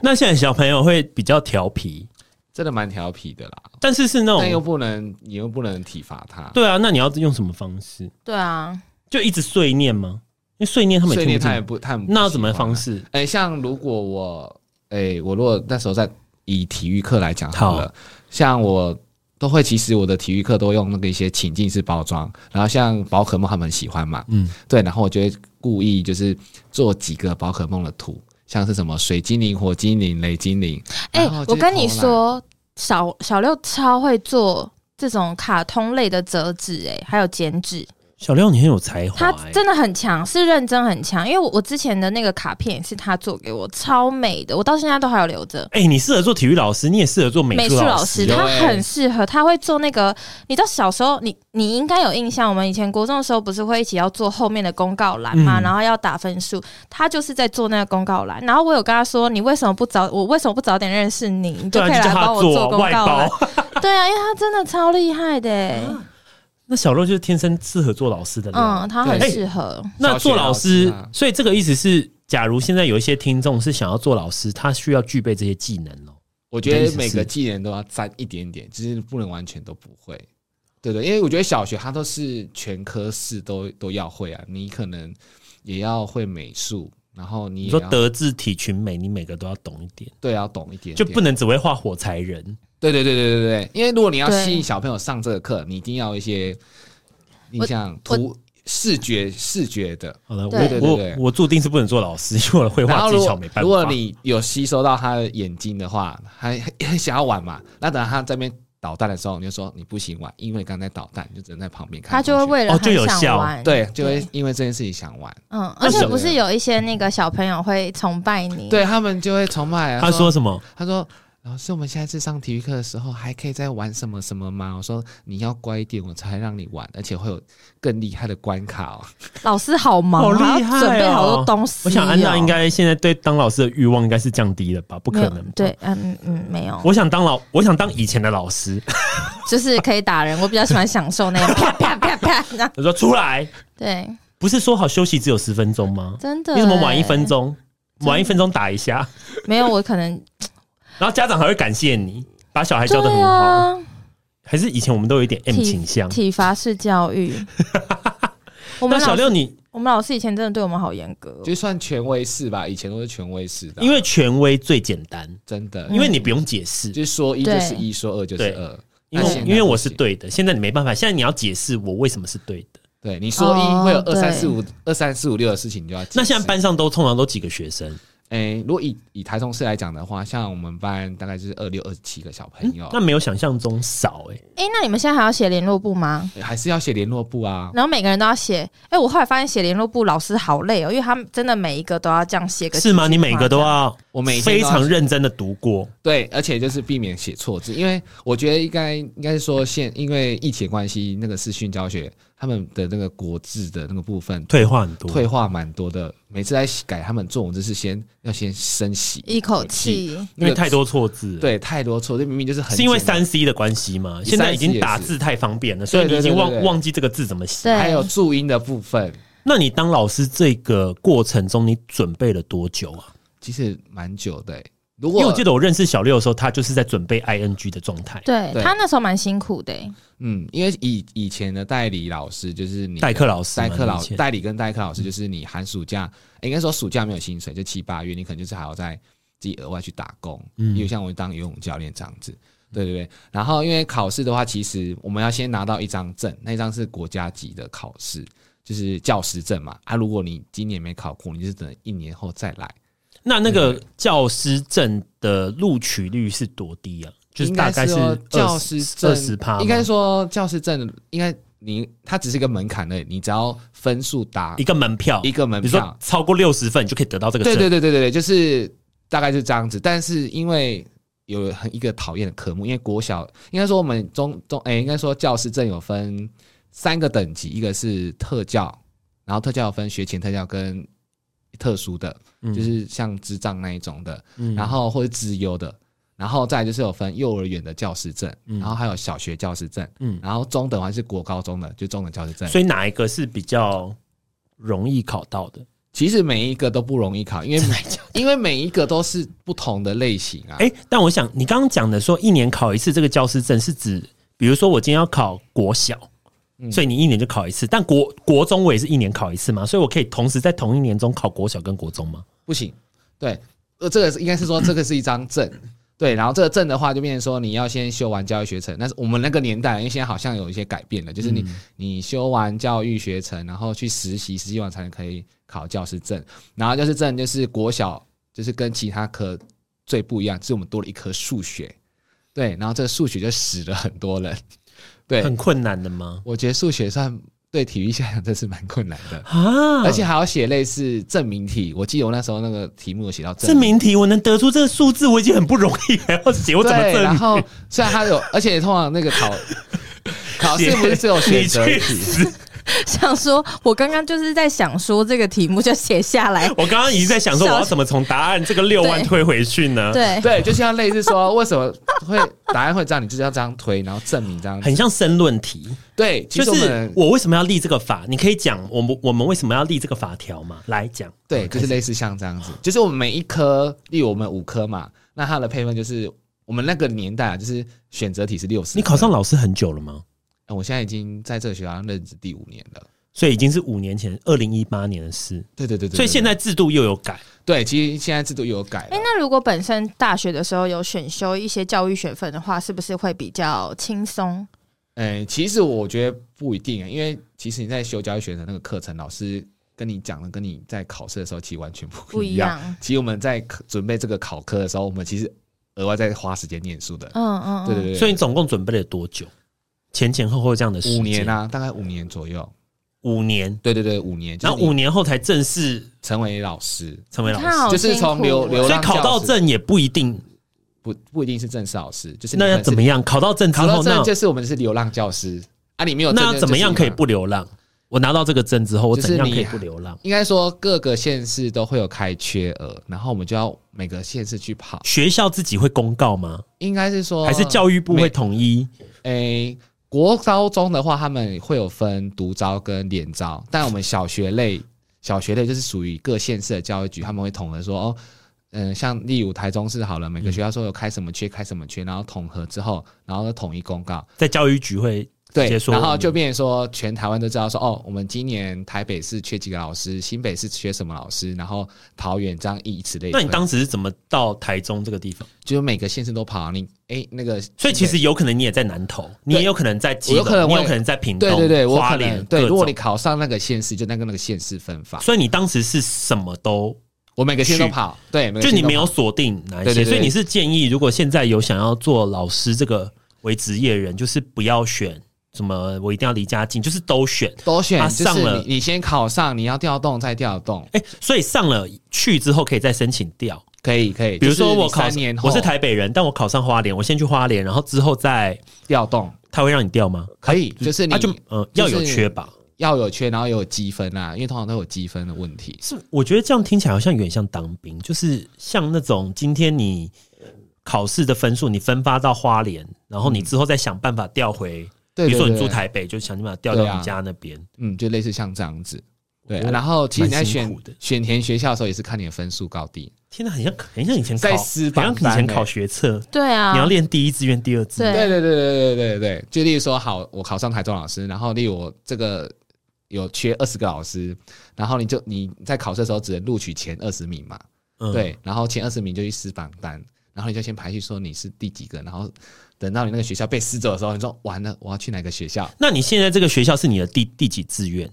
S1: 那现在小朋友会比较调皮，
S3: 真的蛮调皮的啦，
S1: 但是是那
S3: 但又
S1: 种
S3: 不能，你又不能体罚他。
S1: 对啊，那你要用什么方式？
S2: 对啊，
S1: 就一直碎念吗？因为碎念他们也
S3: 碎
S1: 听不
S3: 念
S1: 进
S3: 他也不，他也不
S1: 那要怎么
S3: 喜欢
S1: 方
S3: 啊？
S1: 式？
S3: 哎、像如果我，哎、我如果那时候在以体育课来讲好了，像我都会，其实我的体育课都用那个一些情境式包装，然后像宝可梦他们喜欢嘛，
S1: 嗯，
S3: 对，然后我就会故意就是做几个宝可梦的图，像是什么水精灵、火精灵、雷精灵，
S2: 哎、
S3: 然后就
S2: 我
S3: 是
S2: 跟你
S3: 投篮，
S2: 说，小小六超会做这种卡通类的折纸，哎，还有剪纸，
S1: 小廖，你很有才华、
S2: 他
S1: 欸，
S2: 真的很强，是认真很强。因为我我之前的那个卡片也是他做给我，超美的，我到现在都还有留着。
S1: 哎、你适合做体育老师，你也适合做
S2: 美
S1: 术
S2: 术老
S1: 师
S2: 师
S1: 哦。
S2: 他
S3: 对
S2: 很适合，他会做那个。你知道小时候，你你应该有印象，我们以前国中的时候不是会一起要做后面的公告栏嘛，
S1: 嗯
S2: 然后要打分数。他就是在做那个公告栏，然后我有跟他说，你为什么不早，我为什么不早点认识你，你
S1: 不
S2: 就可以
S1: 然就
S2: 来
S1: 啊叫他
S2: 帮我做公
S1: 外
S2: 告栏
S1: 包。。
S2: 对啊，因为他真的超厉害的、 欸
S1: 那小肉就是天生适合做老师的料。
S2: 嗯，他很
S1: 对
S2: 适合。
S1: 那做老
S3: 小
S1: 师
S3: 学老师啊，
S1: 所以这个意思是，假如现在有一些听众是想要做老师，他需要具备这些技能哦。
S3: 我觉
S1: 你的意
S3: 得
S1: 思
S3: 每
S1: 是
S3: 个技能都要沾一点点，就是不能完全都不会。对对，因为我觉得小学它都是全科式都都要会啊，你可能也要会美术，然后你
S1: 你
S3: 也
S1: 说
S3: 要
S1: 德智体群美，你每个都要懂一点，
S3: 对要懂一点点，
S1: 就不能只会画火柴人。
S3: 对对对对对对，因为如果你要
S2: 对
S3: 吸引小朋友上这个课，你一定要有一些你
S2: 我
S3: 想图视觉视觉的，
S1: 好了，
S2: 对
S1: 我
S3: 对对
S1: 我
S3: 对
S1: 我注定是不能做老师， 因为我的绘
S3: 然
S1: 画
S3: 后
S1: 技
S3: 如
S1: 巧
S3: 果
S1: 没办法。
S3: 如果你有吸收到他的眼睛的话，还很想要玩嘛，那等他这边捣蛋的时候，你就说你不行玩，因为刚才捣蛋，你就只能在旁边看
S2: 他
S3: 同学。
S2: 就会为了
S1: 哦就有
S2: 很想
S1: 效
S2: 玩，
S3: 对，就会因为这件事情想玩，
S2: 嗯，
S1: 那
S2: 而且
S1: 小
S2: 不是有一些那个小朋友会崇拜你，
S3: 对他们就会崇拜啊。
S1: 他说什么？
S3: 他说。老师，我们下一次上体育课的时候，还可以再玩什么什么吗？我说你要乖一点，我才让你玩，而且会有更厉害的关卡 哦。
S2: 老师好忙，
S1: 好厉
S2: 还要
S1: 害哦
S2: 准备好多东西哦。
S1: 我想安娜应该现在对当老师的欲望应该是降低了吧？不
S2: 不
S1: 可能。
S2: 对，嗯嗯嗯，没有，
S1: 我想当老，我想当以前的老师。
S2: 就是可以打人，我比较喜欢享受那样啪啪啪啪这样。
S1: 他说出来，
S2: 对，
S1: 不是说好休息只有十分钟吗？
S2: 真的。欸
S1: 你怎么晚一分？钟？
S2: 真的
S1: 晚一分钟打一下，
S2: 没有，我可能
S1: 然后家长还会感谢你，把小孩教的很
S2: 对
S1: 好。
S2: 啊，
S1: 还是以前我们都有一点 M
S2: 体
S1: 倾向。
S2: 体罚式教 育。我
S1: 那
S2: 们
S1: 小
S2: 老
S1: 六你
S2: 我们老师以前真的对我们好严格哦，
S3: 就算权威式吧，以前都是权威式的啊，
S1: 因为权威最简单，
S3: 真
S2: 嗯
S3: 的，
S1: 因为你不用解释，
S3: 就是说一就是一，说二就是
S1: 对
S3: 二。
S1: 因为
S3: 嗯那现在
S1: 因为我
S3: 不
S1: 是
S3: 行，
S1: 对的，现在你没办法，现在你要解释我为什么是对的。
S3: 对你说一
S2: 哦
S3: 会有二三
S2: 对
S3: 四五二三四五六的事情，你就要解释。
S1: 那现在班上都通常都几个学生？
S3: 诶，如果以以台中市来讲的话，像我们班大概就是二六二七个小朋友，
S1: 那没有想象中少哎、
S2: 哎、那你们现在还要写联络簿吗？
S3: 哎还是要写联络簿啊。
S2: 然后每个人都要写。哎、我后来发现写联络簿老师好累哦，因为他们真的每一个都要这样写个。
S1: 是吗？你每个都？要
S3: 我每一天
S1: 非
S3: 都要
S1: 常认真的读过，
S3: 对，而且就是避免写错字，因为我觉得应该应该是说现因为疫情关系，那个视讯教学他们的那个国字的那个部分
S1: 退化很多。
S3: 退化蛮多的，每次在改他们作文字是先要先深吸
S2: 一口，气，
S1: 因为太多错字了，
S3: 对太多错，这明明就是很
S1: 是因为
S3: 简单
S1: 三 C 的关系嘛？
S3: 三
S1: 现在已经
S3: C
S1: 打
S3: 也是
S1: 字太方便了，所以你已
S3: 对对
S1: 经
S3: 对
S1: 忘
S3: 对对
S1: 忘记这个字怎么写。
S2: 对
S3: 还有注音的部分，
S1: 那你当老师这个过程中，你准备了多久啊？
S3: 其实蛮久的、欸。如
S1: 因为我
S3: 果
S1: 记得我认识小六的时候，他就是在准备 ing 的状态，
S2: 对
S3: 对
S2: 他那时候蛮辛苦的、欸，
S3: 嗯，因为以以前的代理老师就是你
S1: 代课老师嘛，
S3: 代课老
S1: 以前嗯
S3: 代理跟代课老师，就是你寒暑假，应该说暑假没有薪水，就七八月，你可能就是还要在自己额外去打工，
S1: 嗯
S3: 因为像我当游泳教练这样子，对对对。然后因为考试的话，其实我们要先拿到一张证，那一张是国家级的考试，就是教师证嘛。啊，如果你今年没考过，你就是等一年后再来，
S1: 那那个教师证的录取率是多低啊？就是
S3: 应
S1: 大
S3: 该
S1: 概是
S3: 说教师证
S1: 二十趴吗，
S3: 应该说教师证应该。你它只是一个门槛而已，你只要分数达
S1: 一个门票，
S3: 一个门
S1: 比如说
S3: 票，
S1: 超过六十分，你就可以得到这个证。
S3: 对对对对对对，就是大概就这样子。但是因为有很一个讨厌的科目，因为国小应该说我们中中哎、应该说教师证有分三个等级，一个是特教，然后特教有分学前特教跟特殊的，
S1: 嗯
S3: 就是像智障那一种的，
S1: 嗯
S3: 然后或者资优的。然后再来就是有分幼儿园的教师证，
S1: 嗯
S3: 然后还有小学教师证，
S1: 嗯
S3: 然后中等还是国高中的，就中等教师证。
S1: 所以哪一个是比较容易考到的？
S3: 其实每一个都不容易考，因 为因为每一个都是不同的类型啊。
S1: 哎、但我想你刚刚讲的说一年考一次这个教师证是指，比如说我今天要考国小，
S3: 嗯
S1: 所以你一年就考一次，但国国中我也是一年考一次嘛，所以我可以同时在同一年中考国小跟国中吗？
S3: 不行，对，呃，这个是应该是说这个是一张证，对，然后这个证的话就变成说你要先修完教育学程，但是我们那个年代，因为现在好像有一些改变了，就是你、你修完教育学程，然后去实习，实习完才能可以考教师证，然后教师证就是国小，就是跟其他科最不一样，就是我们多了一科数学，对，然后这个数学就死了很多人，对，
S1: 很困难的吗？
S3: 我觉得数学算对体育下讲真是蛮困难的，
S1: 啊，
S3: 而且还要写类似证明题。我记得我那时候那个题目有写到
S1: 证
S3: 明，
S1: 明题我能得出这个数字，我已经很不容易了，还要写我怎么
S3: 对，
S1: 证
S3: 然
S1: 明？
S3: 后虽然它有，而且通常那个考考试不是只有选择
S1: 你去
S3: 题，
S2: 想说我刚刚就是在想说这个题目就写下来，
S1: 我刚刚已经在想说，我要
S2: 小
S1: 怎么从答案这个六万
S2: 对
S1: 推回去呢？
S2: 对，
S3: 对，就像类似说为什么会答案会这样，你就是要这样推，然后证明这样。
S1: 很像申论题，
S3: 对，其
S1: 就
S3: 实我
S1: 是
S3: 们
S1: 我为什么要立这个法？你可以讲我们我们为什么要立这个法条嘛？来讲，
S3: 对，就是类似像这样子，就是我们每一科，例如我们五科嘛，那它的配分就是我们那个年代啊，就是选择题是六十。
S1: 你考上老师很久了吗？
S3: 呃我现在已经在这个学校任职第五年了。
S1: 所以已经是五年前，二零一八年的事。
S3: 对对对对，
S1: 所以现在制度又有改，
S3: 对，其实现在制度有改了
S2: 哎、。那如果本身大学的时候有选修一些教育学分的话，是不是会比较轻松？
S3: 哎、其实我觉得不一定，啊因为其实你在修教育学的那个课程，老师跟你讲的跟你在考试的时候其实完全
S2: 不
S3: 不
S2: 一
S3: 一样。
S2: 样。
S3: 其实我们在考准备这个考科的时候，我们其实额外在花时间念书的。
S2: 嗯嗯，嗯
S3: 对对对，
S1: 所以你总共准备了多久？前前后后这样的时间
S3: 五年，啊，大概五年左右。
S1: 五年，
S3: 对对对，五年，就
S1: 然
S3: 是
S1: 后五
S3: 你
S1: 年后才正式
S3: 成为老师，
S1: 成为老
S2: 你
S1: 师
S2: 看，好
S3: 就
S2: 辛
S3: 是
S2: 苦
S3: 从流
S2: 哦
S3: 流
S1: 所以
S3: 浪
S1: 考到
S3: 教师
S1: 证也不一定。
S3: 不不一定是正式老师，就是你
S1: 那
S3: 可
S1: 要
S3: 能
S1: 怎
S3: 是
S1: 么样？考到证之
S3: 考
S1: 后，
S3: 到
S1: 那
S3: 证就是我们是流浪教师啊，你没有证
S1: 那要
S3: 就
S1: 怎么
S3: 是
S1: 样可以
S3: 嘛
S1: 不流浪？我拿到这个证之后，我
S3: 就是
S1: 怎样
S3: 你啊
S1: 可以不流浪？
S3: 应该说各个县市都会有开缺额，然后我们就要每个县市去跑。
S1: 学校自己会公告吗？
S3: 应该是说
S1: 还是教育部会统一？
S3: 诶、国高中的话，他们会有分独招跟联招，但我们小学类小学类就是属于各县市的教育局，他们会统合说哦。嗯，像例如台中市好了，每
S1: 嗯
S3: 个学校说有开什么缺，开什么缺，然后统合之后，然后统一公告，
S1: 在教育局会
S3: 对
S1: 直接，说
S3: 然后就变成说，全台湾都知道说，哦，我们今年台北市缺几个老师，新北市缺什么老师，然后桃园这样以此类
S1: 那
S3: 推。
S1: 你当时是怎么到台中这个地方？
S3: 就是每个县市都跑，你哎、那个，
S1: 所以其实有可能你也在南投，你也有可能在基
S3: 我有可能
S1: 隆，你
S3: 会
S1: 有可能在屏东，
S3: 对对对，我
S1: 花
S3: 可
S1: 莲
S3: 能对，
S1: 各
S3: 如果你
S1: 种
S3: 考上那个县市，就那个那个县市分法，
S1: 所以你当时是什么都，
S3: 我每个县都
S1: 去
S3: 跑，对，每个
S1: 就
S3: 县
S1: 你
S3: 都
S1: 没有
S3: 跑
S1: 锁定哪一些，
S3: 对对对
S1: 所以你是建议，如果现在有想要做老师这个为职业人，就是不要选什么我一定要离家近，就是都选。
S3: 都选，
S1: 啊
S3: 就
S1: 上
S3: 是
S1: 了
S3: 你你先考上，你要调动再调动，
S1: 哎、所以上了去之后可以再申请调，
S3: 可以可以。
S1: 比如
S3: 就
S1: 说
S3: 是
S1: 我
S3: 你
S1: 考
S3: 三年后
S1: 我是台北人，但我考上花莲，我先去花莲，然后之后再
S3: 调动，
S1: 他会让你调吗？
S3: 可以，就是你
S1: 他就呃
S3: 就
S1: 要
S3: 是
S1: 有缺吧？
S3: 要有缺，然后有积分啊，因为通常都有积分的问题。
S1: 是，我觉得这样听起来好像有点像当兵，就是像那种今天你考试的分数你分发到花莲，然后你之后再想办法调回，
S3: 对，
S1: 比如说
S3: 嗯对
S1: 你住，
S3: 对
S1: 台北，就想办法调到
S3: 对啊
S1: 你家那边。
S3: 嗯，就类似像这样子。对，
S1: 我
S3: 然后其实你在
S1: 蛮辛
S3: 选
S1: 苦的
S3: 选填学校的时候，也是看你的分数高低。
S1: 天哪，很像很像以前考，
S3: 在私
S1: 很
S3: 榜
S1: 像以前
S3: 单欸
S1: 考学测，
S2: 对啊，
S1: 你要练第一志愿、第二志愿，
S2: 对
S3: 对对对对对对对，就例如说，好，我考上台中老师，然后例如我这个有缺二十个老师，然后你就你在考试的时候只能录取前二十名嘛，
S1: 嗯，
S3: 对，然后前二十名就去撕榜单，然后你就先排序说你是第几个，然后等到你那个学校被撕走的时候，你说完了，我要去哪个学校？
S1: 那你现在这个学校是你的第第几志愿？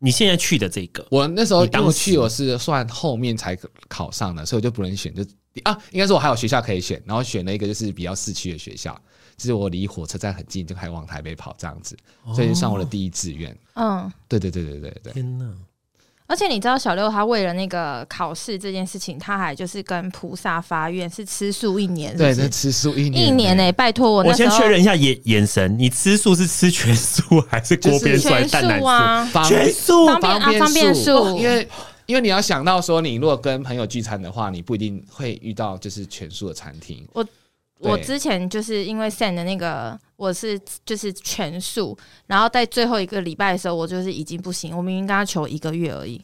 S1: 你现在去的这个，
S3: 我那时候
S1: 你当
S3: 我
S1: 时
S3: 去我是算后面才考上的，所以我就不能选，就啊，应该说我还有学校可以选，然后选了一个就是比较市区的学校，就是我离火车站很近，就还往台北跑这样子，
S2: 哦
S3: 所以就算我的第一志愿。
S2: 嗯。
S3: 对对对对对对，
S1: 天哪！
S2: 而且你知道小六他为了那个考试这件事情，他还就是跟菩萨发愿，是吃素一年是不
S3: 对，
S2: 是，
S3: 那吃素一年
S2: 一年呢、拜托我
S1: 欸我
S2: 那时
S1: 先
S2: 候
S1: 确认一下眼眼神，你吃素是吃全素 还是锅边
S2: 全
S1: 酸蛋奶素？
S2: 素啊，
S3: 方
S1: 全素
S2: 方便啊方便素
S3: 哦因为因为你要想到说，你如果跟朋友聚餐的话，你不一定会遇到就是全素的餐厅。对
S2: 我之前就是因为 Send 的那个，我是就是全数，然后在最后一个礼拜的时候，我就是已经不行，我明明跟他求一个月而已，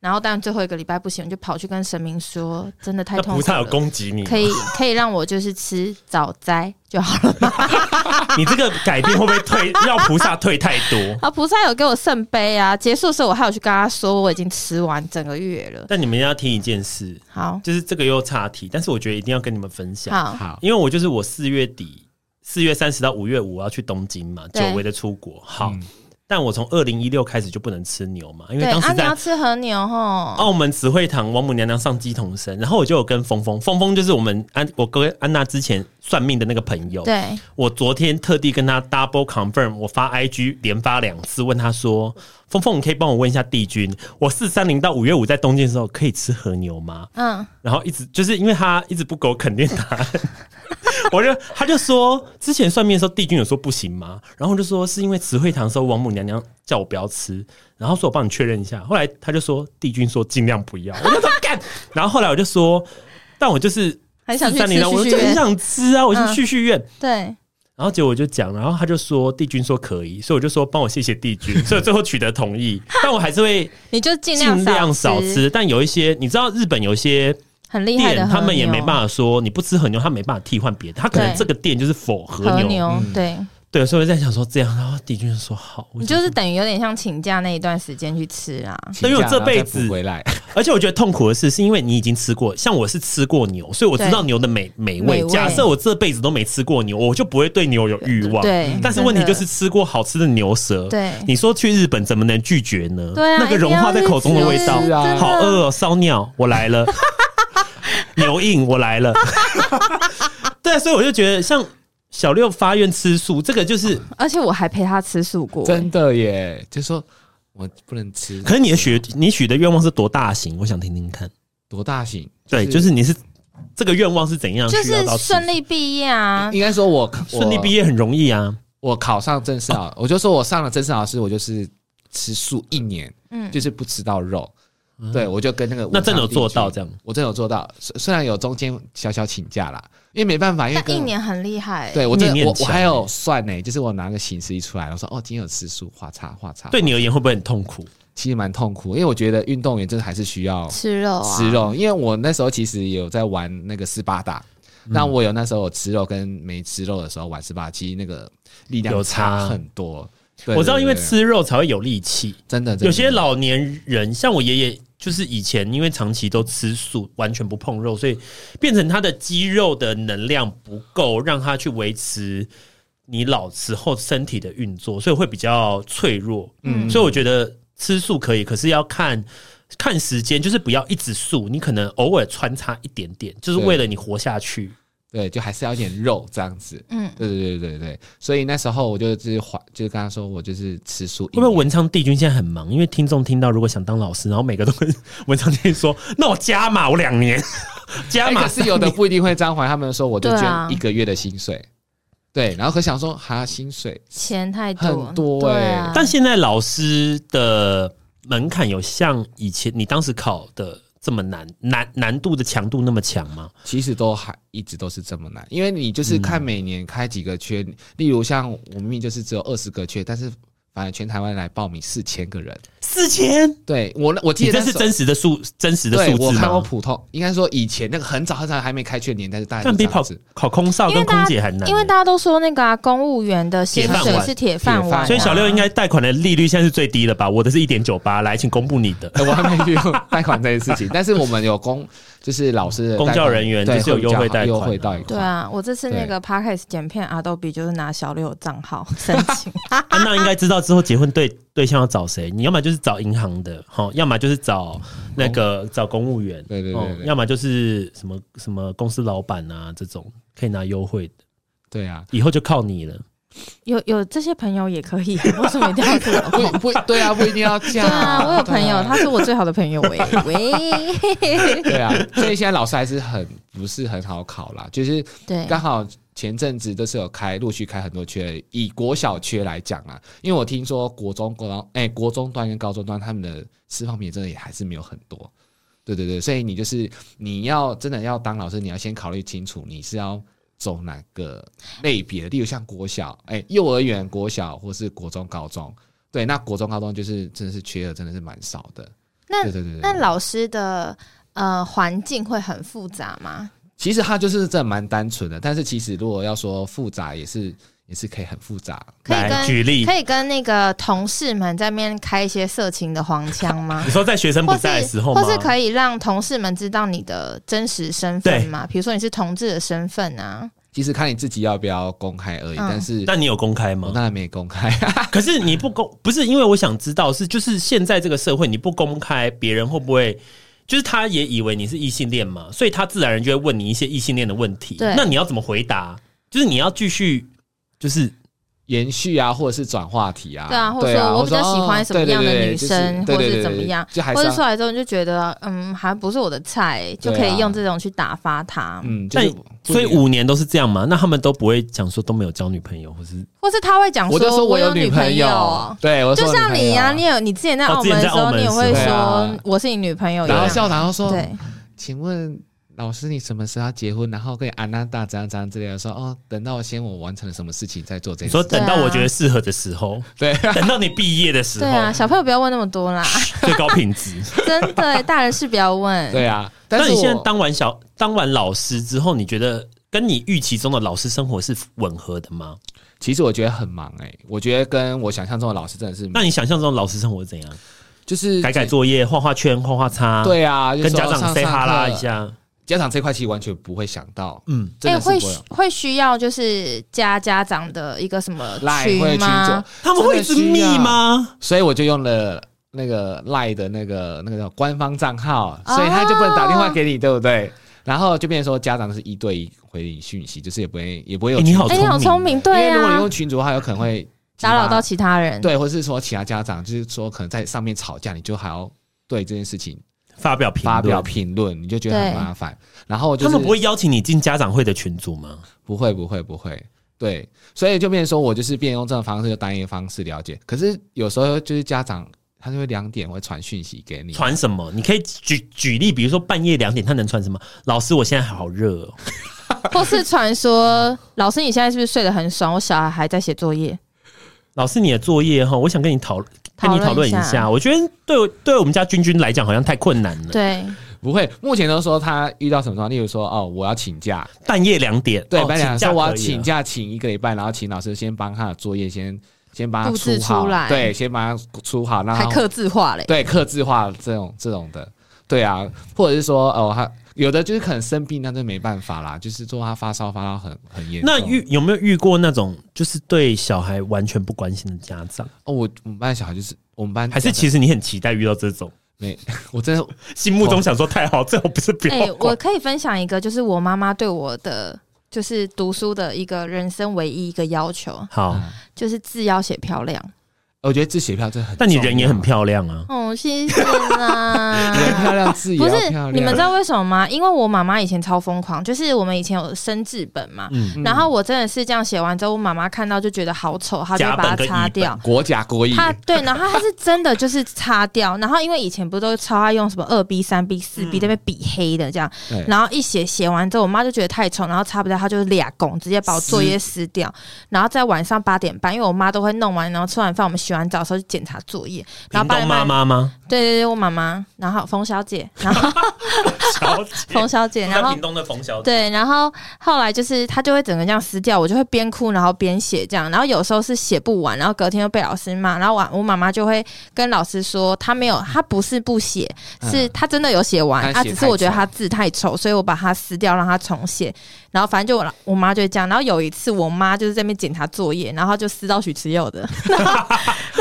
S2: 然后但最后一个礼拜不行，我就跑去跟神明说，真的太
S1: 那
S2: 痛
S1: 菩
S2: 苦
S1: 萨有
S2: 了。
S1: 攻击你吗？
S2: 可以可以让我就是吃早斋就好了吗？
S1: 你这个改变会不会退让菩萨退太多？
S2: 啊，菩萨有给我圣杯啊！结束的时候我还有去跟他说我已经吃完整个月了。
S1: 但你们要听一件事，
S2: 好，
S1: 就是这个又岔题，但是我觉得一定要跟你们分享，
S2: 好，
S3: 好，
S1: 因为我就是我四月底，四月三十到五月五我要去东京嘛，久
S2: 对
S1: 违的出国。好，
S3: 嗯
S1: 但我从二零一六开始就不能吃牛嘛，因为
S2: 对
S1: 当
S2: 啊，
S1: 时
S2: 你
S1: 在哦
S2: 要吃和牛吼，
S1: 澳门慈惠堂王母娘娘上鸡童生，然后我就有跟峰峰，峰峰就是我们安我跟安娜之前算命的那个朋友，
S2: 对，
S1: 我昨天特地跟他 double confirm，我发 IG 连发两次，问他说：“峰峰，你可以帮我问一下帝君，我四三零到五月五在东京的时候可以吃和牛吗
S2: 嗯，？”
S1: 然后一直就是因为他一直不给我肯定答案， 我就他就说之前算命的时候帝君有说不行吗？然后我就说是因为慈惠堂的时候王母娘娘叫我不要吃，然后说我帮你确认一下。后来他就说帝君说尽量不要，我就说干。然后后来我就说，但我就是。
S2: 很想去
S1: 430
S2: 吃
S1: 我
S2: 旭
S1: 就很
S2: 月，
S1: 想吃啊！我
S2: 嗯
S1: 去续续愿，
S2: 对，
S1: 然后结果我就讲，然后他就说帝君说可以，所以我就说帮我谢谢帝 君，所以最后取得同意。但我还是会
S2: 你就尽量
S1: 尽量少
S2: 吃，
S1: 吃，但有一些你知道日本有一些
S2: 很厉害的
S1: 店，
S2: 和
S1: 他们也没
S2: 牛
S1: 办法说你不吃和牛，他没办法替换别的，他可能
S2: 对
S1: 这个店就是否和
S2: 和
S1: 牛。
S2: 牛
S3: 嗯，
S2: 对
S1: 对，所以我在想说这样，然后帝君就说好，我
S2: 你就是等于有点像请假那一段时间去吃啊啦。
S1: 但因为我这辈子
S3: 请假然后再补回来，
S1: 而且我觉得痛苦的是，是因为你已经吃过，像我是吃过牛，所以我知道
S2: 对
S1: 牛的美美味。
S2: 美味
S1: 假设我这辈子都没吃过牛，我就不会对牛有欲望。
S2: 对
S1: 但是
S2: 真
S1: 问题
S2: 的
S1: 就是吃过好吃的牛舌，
S2: 对
S1: 你说去日本怎么能拒绝呢？
S2: 对啊，
S1: 那个融化在口中的味道
S2: 一定，要去吃
S3: 是啊
S1: 好饿哦，烧尿，我来 了，牛印，我来了。对，所以我就觉得像小六发愿吃素，这个就是，
S2: 而且我还陪他吃素过，
S3: 真的耶，就说我不能吃。
S1: 可是你的许你许的愿望是多大型？我想听听看。
S3: 多大型？
S1: 对，就是你是这个愿望是怎样？
S2: 就
S1: 需要
S2: 是
S1: 到吃
S2: 顺利毕业啊，
S3: 应该说我
S1: 顺利毕
S3: 业，
S1: 业很容易啊。
S3: 我考上正式老，我就说我上了正式老师，我就是吃素一年，
S2: 嗯，
S3: 就是不吃到肉。对，我就跟那个
S1: 嗯那真的有
S3: 文昌帝
S1: 做到
S3: 君
S1: 这样？
S3: 我真的有做到，虽虽然有中间小小请假啦，因为没办法，因为
S2: 但
S3: 跟
S2: 一年很厉害，
S3: 对我
S1: 你
S3: 真
S1: 你
S3: 的
S1: 很
S3: 我我
S1: 强
S3: 还
S1: 欸
S3: 有算呢、就是我拿个形式一出来，我说哦，今天有吃素，画叉画叉，
S1: 对，你而言会不会很痛苦？
S3: 其实蛮痛苦，因为我觉得运动员真的还是需要
S2: 吃肉啊，
S3: 吃肉，因为我那时候其实也有在玩那个斯巴达。那我有那时候有吃肉跟没吃肉的时候玩斯巴达，其实那个力量
S1: 有差
S3: 差很多。对
S1: 我知道，
S3: 对
S1: 因为
S3: 对
S1: 吃肉才会有力气。
S3: 真的真的
S1: 有些老年人，像我爷爷，就是以前因为长期都吃素，完全不碰肉，所以变成他的肌肉的能量不够，让他去维持你老时候身体的运作，所以会比较脆弱。嗯，所以我觉得吃素可以，可是要看。看时间，就是不要一直素，你可能偶尔穿插一点点，就是
S3: 对
S1: 为了你活下去。
S3: 对，就还是要一点肉这样子。
S2: 嗯，
S3: 对对对对对，所以那时候我就就是怀，就是跟他说我就是吃素
S1: 会
S3: 一年，
S1: 不会文昌帝君现在很忙？因为听众听到如果想当老师，然后每个都跟 文昌帝君说：“那我加码，我两年 加
S3: 哎
S1: 码。
S3: 可是有的不一定会张怀，他们说哎我就
S2: 对啊
S3: 捐一个月的薪水，对，然后可想说哈薪水，
S2: 钱太多，
S3: 很多
S2: 对
S3: 欸
S2: 啊
S1: 但现在老师的门槛有像以前你当时考的这么难难难度的强度那么强吗？
S3: 其实都还一直都是这么难，因
S1: 嗯
S3: 为你就是看每年开几个缺，例如像我明明就是只有二十个缺，但是反正全台湾来报名四千个人。
S1: 四千，
S3: 对我那，我记
S1: 你这
S3: 得那
S1: 是
S3: 时候
S1: 真实的数，真实的
S3: 对
S1: 数
S3: 我
S1: 字
S3: 看过
S1: 吗？
S3: 普通，应该说以前那个很早很早还没开去的年代，就大概
S1: 但
S3: 是这
S1: 比考
S3: 样子。
S1: 考空少
S2: 因
S1: 跟
S2: 为大
S1: 空
S2: 家
S1: 姐还难欸，
S2: 因为大家都说那个啊，公务员的薪
S1: 铁饭
S2: 水
S1: 碗
S2: 是铁饭碗啊，
S1: 所以小六应该贷款的利率现在是最低了吧？我的是一点九八，来，请公布你的。
S3: 呃我还没去用 贷款这件事情，但是我们有公，就是老师的
S1: 公
S3: 贷
S1: 教
S3: 款
S1: 人员
S3: 对
S1: 就是有优惠
S3: 会比较好
S1: 贷
S3: 优
S1: 款
S3: 惠
S1: 啊
S3: 贷款。
S2: 对啊，我这次那
S3: 对
S2: 个 podcast 剪片 Adobe 就是拿小六的账号 申请，
S1: 安啊
S2: 啊
S1: 娜应该知道之后结婚对对象要找谁，你要么就是找银行的，哈，要么就是找那个找公务员，
S3: 对对对对
S1: 要么就是什么什么公司老板啊这种可以拿优惠的，
S3: 对啊，
S1: 以后就靠你了。
S2: 有有这些朋友也可以，为什么一定要是我？
S3: 不不，对啊，不一定要这
S2: 对
S3: 样。
S2: 啊，我有朋友，
S3: 对啊
S2: 他是我最好的朋友 喂喂，
S3: 对啊，所以现在老师还是很不是很好考啦，就是
S2: 对，
S3: 刚好前阵子都是有开陆续开很多缺，以国小缺来讲啊，因为我听说国中、国高哎、国中端跟高中端他们的师范品真的也还是没有很多。对对对，所以你就是你要真的要当老师，你要先考虑清楚你是要走哪个类别，例如像国小、哎、幼儿园、国小或是国中、高中。对，那国中、高中就是真的是缺的，真的是蛮少的。
S2: 那
S3: 对对对对
S2: 那
S3: 对
S2: 老师的呃环境会很复杂吗？
S3: 其实它就是真的蛮单纯的，但是其实如果要说复杂，也是也是可以很复杂。
S2: 可以
S1: 来
S2: 跟
S1: 举例
S2: 可，以跟那个同事们在面开一些色情的黄腔吗
S1: 你？说在学生 不
S2: 或是
S1: 在的时候吗
S2: 或？是可以让同事们知道你的真实身份吗？比如说你是同志的身份啊，
S3: 其实看你自己要不要公开而已，
S2: 嗯
S3: 但是
S1: 那你有公开
S3: 我
S1: 吗？
S3: 当然没公开。
S1: 可是你不公，不是因为我想知道，是就是现在这个社会你不公开，别人会不会？就是他也以为你是异性恋嘛，所以他自然而然就会问你一些异性恋的问题。
S2: 对
S1: 那你要怎么回答？就是你要继续，就是
S3: 延续啊，或者是转话题啊，
S2: 对啊，或者
S3: 对
S2: 说
S3: 啊，
S2: 我比较喜欢什么样的女生，
S3: 对
S2: 或
S3: 对
S2: 是
S3: 对
S2: 怎么样，
S3: 就是对对对对就还
S2: 或
S3: 是
S2: 者
S3: 要
S2: 出来之后你就觉得嗯还不是我的菜，就
S3: 对啊
S2: 可以用这种去打发他，
S3: 嗯，就是
S1: 但所以五年都是这样嘛？那他们都不会讲说都没有交女朋友，或是
S2: 或是他会讲
S3: 我就说
S2: 我
S3: 有
S2: 女
S3: 朋
S2: 友。
S3: 对，我就
S2: 就
S3: 说我
S2: 像你
S3: 女朋友
S2: 呀、啊，你有你之前在
S1: 哦
S2: 澳
S1: 之
S2: 门
S1: 前
S2: 的
S1: 在
S2: 时候，
S1: 澳门
S2: 你也
S1: 的
S2: 会
S1: 时
S3: 候对
S2: 说
S3: 啊
S2: 我是你女朋友一样，
S3: 然后校长就说，
S2: 对，
S3: 请问老师你什么时候要结婚？然后跟安娜大怎样怎样之类的，说哦，等到先我完成了什么事情再做这
S1: 你
S3: 件事
S1: 说啊等
S3: 情。
S1: 到我觉得适合的时 候，
S3: 对，
S1: 等到你毕业的时
S2: 对啊，
S1: 候，
S2: 小朋友不要问那么多啦，
S1: 最高品质。
S2: 真的，大人是不要问。
S3: 对啊， 但
S1: 那
S3: 是
S1: 你现在
S3: 我
S1: 当完小当完老师之后，你觉得跟你预期中的老师生活是吻合的吗？
S3: 其实我觉得很忙哎、我觉得跟我想象中的老师真的是，
S1: 那你想象中的老师生活是怎样？
S3: 就是
S1: 改改作业、画画圈、画画叉，，
S3: 对啊，就是
S1: 跟
S3: 说
S1: 家长
S3: 上
S1: say 哈啦
S3: 上
S1: 一
S3: 课，
S1: 下。
S3: 家长这块其实完全不会想到，
S1: 嗯，
S3: 真的是
S2: 哎会
S3: 不
S2: 需会需要就是加家长的一个什么
S3: 赖会去
S2: 吗
S3: 做？，
S1: 他们会一直密吗？
S3: 所以我就用了那个赖的那个那个叫官方账
S2: 哦
S3: 号，所以他就不能打电话给你，对不对？然后就变成说家长是一对一回你讯息，就是也不会也不会有
S1: 哎
S3: 群，
S1: 你好
S2: 哎、你好聪明，对
S3: 因为如果你
S2: 啊
S3: 用，群主的话，有可能会激
S2: 打扰到
S3: 发
S2: 其他人。
S3: 对，或啊是说其他家长，就是说可能在上面吵架，你就还要对这件事情
S1: 发表评
S3: 发表
S1: 论，
S3: 评论，你就觉得很
S2: 对
S3: 麻烦。然后就
S1: 他
S3: 是
S1: 们不会邀请你进家长会的群组吗？
S3: 不会不会不会，对，所以就变成说我就是变用这种方式，就单一方式了解。可是有时候就是家长他就会两点会传讯息给你，
S1: 传什么？你可以举举例，比如说半夜两点，他能传什么？老师，我现在好热哦。
S2: 或是传说， 老师你现在是不是睡得很爽？我小孩还在写作业，
S1: 老师，你的作业哈，我想跟你讨跟你讨论一
S2: 讨论一
S1: 下。
S2: 下
S1: 我觉得对我对我们家君君来讲，好像太困难了。
S2: 对，
S3: 不会。目前都说他遇到什么状况，例如说哦我要请假，
S1: 半夜两点，
S3: 对，
S1: 哦
S3: 班长
S1: 请假
S3: 说我要
S1: 可以
S3: 请
S1: 了
S3: 假请一个礼拜，然后请老师先帮他的作业先先帮他
S2: 布置
S3: 出好
S2: 出来
S3: 对，先帮他出好，然
S2: 还
S3: 后
S2: 刻字化嘞。
S3: 对刻字化这种这种的，对啊，或者是说哦他。有的就是可能生病，那就没办法啦。就是说他发烧发到很很严重。
S1: 那遇有没有遇过那种就是对小孩完全不关心的家长？
S3: 哦，我我们班小孩就是我们班
S1: 还是
S3: 家长
S1: 其实你很期待遇到这种，
S3: 没，我真的
S1: 心目中想说太好，最好不是不
S2: 哎、
S1: 要
S2: 我
S1: 管。
S2: 可以分享一个，就是我妈妈对我的，就是读书的一个人生唯一一个要求，
S1: 好，
S2: 就是字要写漂亮。
S3: 我觉得字写漂亮真的很重
S1: 但
S3: 要，
S1: 你人也很漂亮啊。
S2: 哦，谢谢 啦，
S3: 人漂亮，字也
S2: 不
S3: 要
S2: 是
S3: 漂亮。
S2: 你们知道为什么吗？因为我妈妈以前超疯狂，就是我们以前有生字本嘛，
S1: 嗯，
S2: 然后我真的是这样写完之后，我妈妈看到就觉得好丑，她就
S1: 甲
S2: 会
S1: 本
S2: 把它
S1: 跟
S2: 擦
S1: 乙本
S2: 掉。
S3: 国甲国乙，
S2: 她对，然后她是真的就是擦掉，然后因为以前不都超爱用什么二 B、三 B、四
S1: 嗯
S2: B 那边比黑的这样，
S3: 对
S2: 然后一写写完之后，我妈就觉得太丑，然后擦不掉，她就俩拱直接把我作业撕掉，然后在晚上八点半，因为我妈都会弄完，然后吃完饭我们洗洗完澡的时候去检查作业， 然
S1: 屏
S2: 后八
S1: 东
S2: 点
S1: 妈
S2: 半，
S1: 妈吗？
S2: 对对对，我妈妈，然后冯小姐，然后
S1: 小姐，
S2: 冯小姐，然
S1: 在
S2: 后
S1: 屏东的冯小姐，
S2: 对，然后后来就是他就会整个这样撕掉，我就会边哭然后边写这样，然后有时候是写不完，然后隔天又被老师骂，然后我我妈妈就会跟老师说他没有，他不是不写，是他真的有写完，
S3: 他
S2: 啊，
S3: 写
S2: 只是
S3: 太
S2: 我觉得
S3: 丑
S2: 他字太丑，所以我把它撕掉让他重写，然后反正就我我妈就会这样，然后有一次我妈就是在那边检查作业，然后就撕到许知佑的， 然后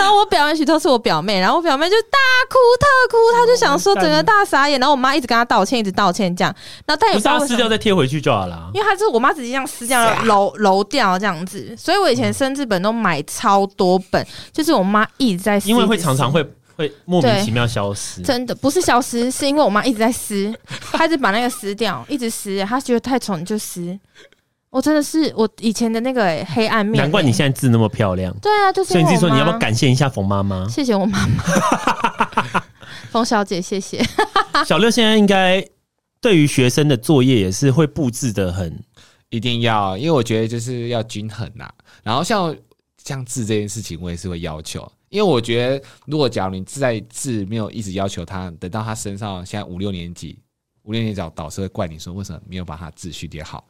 S2: 然后我表妹许都是我表妹，然后我表妹就大哭特哭，她就想说整个大傻眼，然后我妈一直跟她道歉，一直道歉这样，然后但也
S1: 不
S2: 不
S1: 是
S2: 知道
S1: 要
S2: 为什
S1: 撕
S2: 么
S1: 掉再贴回去就好了。啊
S2: 因为它是我妈直接这样撕掉揉揉掉这样子，所以我以
S1: 嗯
S2: 前生字本都买超多本，就是我妈一直在撕，
S1: 因为会
S2: 一直
S1: 常常
S2: 撕。
S1: 会会莫名其妙消失。
S2: 真的不是消失，是因为我妈一直在撕，她一直把那个撕掉，一直撕，她觉得太丑你就撕。我真的是我以前的那个、欸黑暗面欸、
S1: 难怪你现在字那么漂亮。
S2: 对啊，就是
S1: 所
S2: 因
S1: 以
S2: 为
S1: 你自己说
S2: 我
S1: 你要
S2: 妈？
S1: 不要感谢一下冯妈妈
S2: 谢谢我妈妈， 冯小姐谢谢。
S1: 小六现在应该对于学生的作业也是会布置的很，
S3: 一定要，因为我觉得就是要均衡呐、然后像像字这件事情，我也是会要求，因为我觉得如果假如你在字没有一直要求他，等到他升上现在五六年级，五六年级导师会怪你说为什么没有把他字序列好，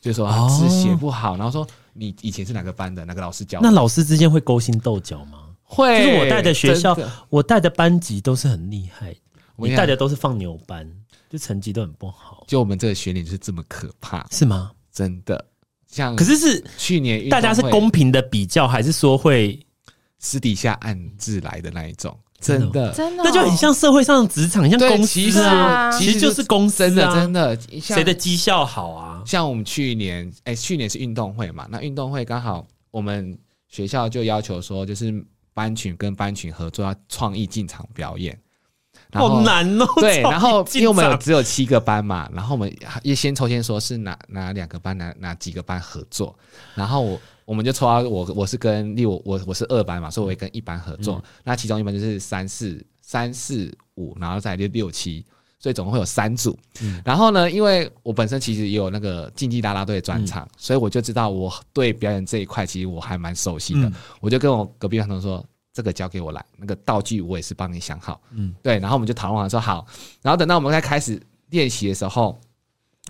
S3: 就说、啊
S1: 哦
S3: 字写不好，然后说你以前是哪个班的，哪个老师教的
S1: 那老师之间会勾心斗角吗？
S3: 会，
S1: 就是我带的学校
S3: 真的
S1: 我带的班级都是很厉害，
S3: 我跟
S1: 你
S3: 你
S1: 带
S3: 讲
S1: 的都是放牛班，就成绩都很不好，
S3: 就我们这个学年就是这么可怕，
S1: 是吗？
S3: 真的。像
S1: 可是是
S3: 去年嗯运动
S1: 大家是
S3: 会
S1: 公平的比较，还是说会？
S3: 私底下暗自来的那一种，
S1: 真的
S3: 真的
S2: 真的哦、
S1: 那就很像社会上的职场，像
S3: 对
S1: 公
S3: 其
S1: 司
S3: 实
S1: 啊，
S2: 对啊
S1: 其实就是公司
S3: 真的
S1: 啊，
S3: 真的，像
S1: 谁的绩效好啊？
S3: 像我们去年，哎、去年是运动会嘛，那运动会刚好我们学校就要求说，就是班群跟班群合作要创意进场表演，然后
S1: 好难哦。
S3: 对，
S1: 超级
S3: 然后因
S1: 紧
S3: 为我们有
S1: 张
S3: 只有七个班嘛，然后我们也先抽签说是哪哪两个班哪哪几个班合作，然后我我们就抽到我我是跟例如我我是二班嘛，所以我会跟一班合作，
S1: 嗯
S3: 那其中一班就是三四三四五，然后再来就六七。所以总共会有三组，
S1: 嗯
S3: 然后呢，因为我本身其实也有那个竞技啦啦队的专
S1: 嗯
S3: 场，所以我就知道我对表演这一块其实我还蛮熟悉的。
S1: 嗯
S3: 我就跟我隔壁班同学说，这个交给我来，那个道具我也是帮你想好。
S1: 嗯
S3: 嗯，对，然后我们就讨论完说好，然后等到我们在开始练习的时候，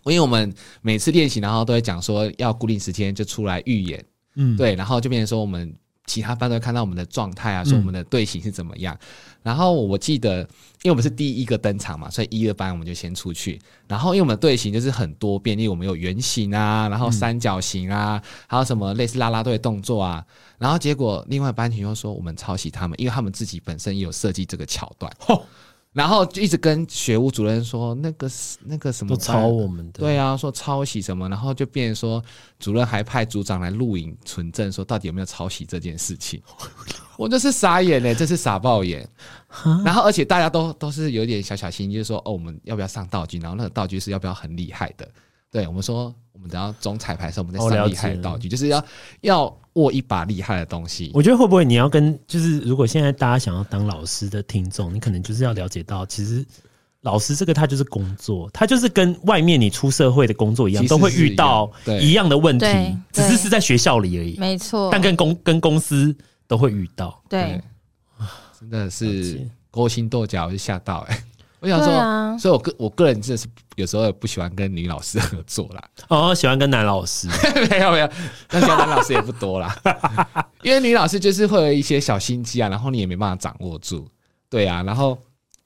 S3: 因为我们每次练习，然后都会讲说要固定时间就出来预演，
S1: 嗯，
S3: 对，然后就变成说我们其他班都会看到我们的状态啊，说我们的队形是怎么样。然后我记得，因为我们是第一个登场嘛，所以一二班我们就先出去。然后因为我们的队形就是很多变，因为我们有圆形啊，然后三角形啊，还有什么类似啦啦队的动作啊。然后结果另外班群又说我们抄袭他们，因为他们自己本身也有设计这个桥段。
S1: 吼
S3: 然后就一直跟学务主任说那个是那个什
S1: 都
S3: 么班
S1: 抄我们的。
S3: 嗯对啊，说抄袭什么，然后就变成说主任还派组长来录影存证，说到底有没有抄袭这件事 情。我就是傻眼嘞、这是傻爆眼。然后而且大家都都是有点小小心，就是说哦，我们要不要上道具？然后那个道具是要不要很厉害的？对我们说，我们等到总彩排的时候，我们
S1: 哦
S3: 再
S1: 了
S3: 上
S1: 解
S3: 厉害的道具，就是要要握一把厉害的东西。
S1: 我觉得会不会你要跟就是，如果现在大家想要当老师的听众，你可能就是要了解到，其实老师这个他就是工作，他就是跟外面你出社会的工作一样，
S3: 其实
S1: 都会
S3: 是
S1: 遇到
S3: 一样对
S1: 一样的问题
S2: 对，
S1: 只
S2: 对
S1: 是是在学校里而已，
S2: 没错，
S1: 但跟公跟公司都会遇到。
S2: 对，
S3: 真的
S1: 了
S3: 是
S1: 解
S3: 勾心斗角，我就吓到哎、 我想
S2: 对
S3: 说，
S2: 啊，
S3: 所以我个我个人真的是有时候也不喜欢跟女老师合作啦。
S1: 哦，喜欢跟男老师，
S3: 没有没有，那现在男老师也不多啦，因为女老师就是会有一些小心机啊，然后你也没办法掌握住，对啊，然后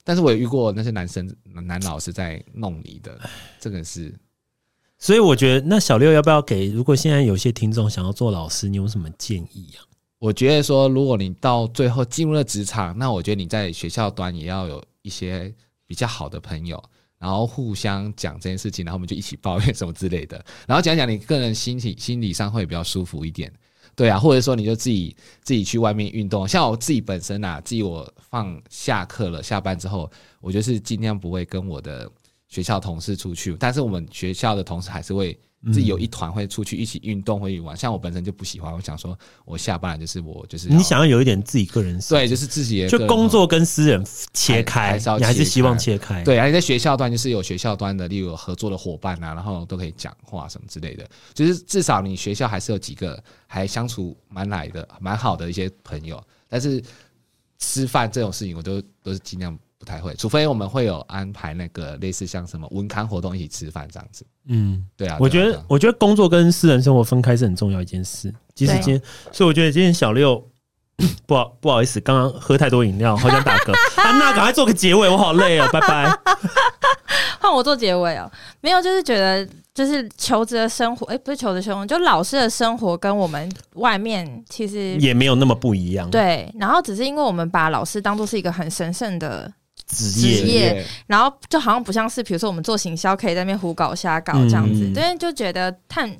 S3: 但是我也遇过那些男生男老师在弄你的，这个是
S1: 所以我觉得那小六要不要给？如果现在有些听众想要做老师，你有什么建议啊？
S3: 我觉得说，如果你到最后进入了职场，那我觉得你在学校端也要有一些比较好的朋友，然后互相讲这件事情，然后我们就一起抱怨什么之类的，然后讲讲你个人心情心理上会比较舒服一点。对啊，或者说你就自己自己去外面运动，像我自己本身啊，自己我放下课了，下班之后，我就是尽量不会跟我的学校同事出去，但是我们学校的同事还是会
S1: 嗯
S3: 自己有一团会出去一起运动，会玩。像我本身就不喜欢，我想说我下班了就是我就是啊要
S1: 你想要有一点自己个人时间
S3: 对，就是自己的个
S1: 就
S3: 人
S1: 工作跟私人切
S3: 还
S1: 开
S3: 还是要，
S1: 你还是
S3: 切开
S1: 希望切
S2: 哎
S1: 开。
S3: 对，而且在学校端就是有学校端的，例如有合作的伙伴啊，然后都可以讲话什么之类的，就是至少你学校还是有几个还相处蛮来的、蛮好的一些朋友，但是吃饭这种事情，我都都是尽量不太会，除非我们会有安排那个类似像什么文康活动一起吃饭这样子。
S1: 嗯，
S3: 对啊，
S1: 我
S3: 对啊
S1: 觉
S3: 对
S1: 得
S3: 啊
S1: 我觉得工作跟私人生活分开是很重要一件事。即使
S2: 对啊
S1: 今天，所以我觉得今天小六 不好不好意思，刚刚喝太多饮料，好想打 嗝。安娜，赶快做个结尾，我好累哦，拜拜。
S2: 换我做结尾哦、没有，就是觉得就是求职的生活，哎、不是求职生活，就老师的生活跟我们外面其实
S1: 也没有那么不一样，，
S2: 对，然后只是因为我们把老师当做是一个很神圣的，
S1: 职
S2: 职
S1: 业
S2: 业然后就好像不像是比如说我们做行销可以在那边胡搞瞎搞这样子，
S1: 嗯
S2: 对，就觉得探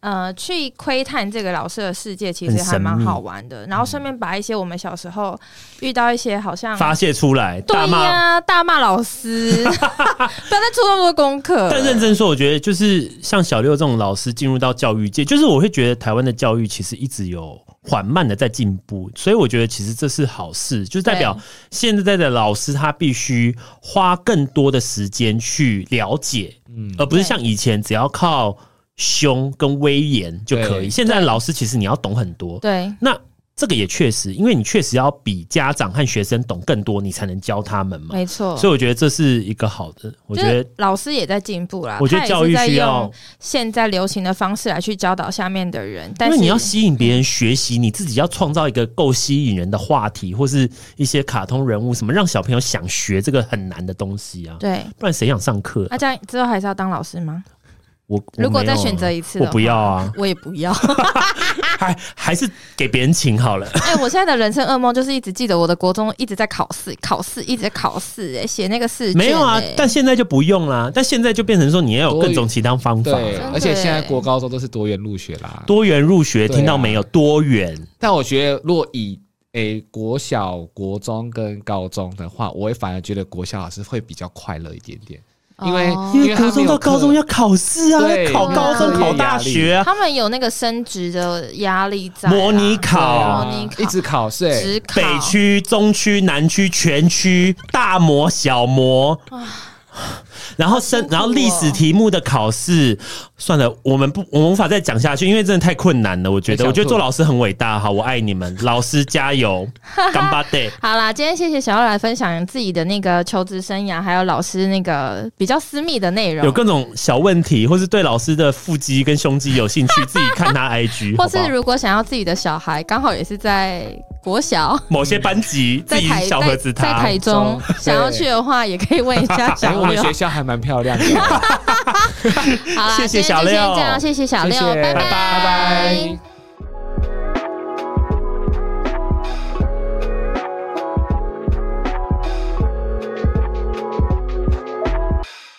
S2: 呃去窥探这个老师的世界其实
S1: 很神
S2: 还蛮
S1: 秘
S2: 好玩的，然后顺便把一些我们小时候遇到一些好像
S1: 发泄出来，
S2: 对
S1: 大骂。
S2: 呀、大骂老师， 不要再出那么多功课。
S1: 但认真说，我觉得就是像小六这种老师进入到教育界，就是我会觉得台湾的教育其实一直有缓慢的在进步，所以我觉得其实这是好事，就是代表现在的老师他必须花更多的时间去了解，
S3: 嗯
S1: 而不是
S2: 对
S1: 像以前只要靠凶跟威严就可以。
S3: 对
S1: 现在的老师其实你要懂很多，
S2: 对
S1: 那这个也确实，因为你确实要比家长和学生懂更多，你才能教他们嘛。
S2: 没错，
S1: 所以我觉得这是一个好的，我
S2: 就
S1: 觉
S2: 是
S1: 得。
S2: 老师也在进步啦。
S1: 我觉得
S2: 他也
S1: 教育
S2: 是在
S1: 需要
S2: 用，现在流行的方式来去教导下面的人，
S1: 因
S2: 但
S1: 为
S2: 是
S1: 你要吸引别人学习，你自己要创造一个够吸引人的话题，或是一些卡通人物什么，让小朋友想学这个很难的东西啊，
S2: 对。
S1: 不然谁想上课啊、
S2: 那、这样之后还是要当老师吗？
S1: 我我
S2: 如果再
S1: 没有啊
S2: 选择一次的
S1: 我
S2: 话
S1: 不要啊，
S2: 我也不要。
S1: 还还是给别人请好了。
S2: 哎、我现在的人生噩梦就是一直记得我的国中一直在考试，考试一直在考试、哎，写那个试卷、
S1: 没有啊
S2: 哎，
S1: 但现在就不用啦，但现在就变成说你要有各种其他方法，
S3: 对，
S2: 真的
S3: 而且现在
S2: 耶
S3: 国高中都是多元入学啦。
S1: 多元入学，
S3: 对啊
S1: 听到没有？多元，
S3: 但我觉得，如果以诶、国小、国中跟高中的话，我会反而觉得国小老师会比较快乐一点点，因为、
S2: 哦
S3: 因为他
S1: 高
S3: 没
S1: 中
S3: 有
S1: 到
S3: 课
S1: 高中要考试啊，
S3: 对
S1: 要考高中、
S2: 对
S1: 考大学啊，
S2: 他们有那个升职的压力在啊、
S1: 模拟考啊
S2: 模拟考
S3: 一直考试、欸
S2: 职考
S1: 北区、中区、南区、全区、大模、小模。然后
S2: 好
S1: 生
S2: 辛，苦
S1: 然后
S2: 哦
S1: 历史题目的考试，算了，我们不，我们无法再讲下去，因为真的太困难了。我觉得，
S3: 我想
S1: 我觉得
S3: 吐
S1: 做老师很伟大，好，我爱你们，老师加油，干巴爹。
S2: 好啦，今天谢谢小奥来分享自己的那个求职生涯，还有老师那个比较私密的内容
S1: 有。各种小问题，或是对老师的腹肌跟胸肌有兴趣，自己看他 IG，
S2: 或
S1: 好不好
S2: 是如果想要自己的小孩，刚好也是在 国小，
S1: 某些班级自
S2: 在
S1: 己
S2: 台
S1: 小盒子
S2: 在在
S1: 他
S2: 台中
S3: 对
S2: 想要去的话，也可以问一下
S3: 哎、
S2: 小
S3: 我们
S2: 六
S3: 学。校还蛮漂亮的，谢
S2: 好啦，
S1: 谢谢
S2: 今天
S1: 小
S2: 就先
S1: 六
S2: 这样，谢谢小六，
S3: 谢，
S1: 拜
S2: 拜
S3: 拜拜。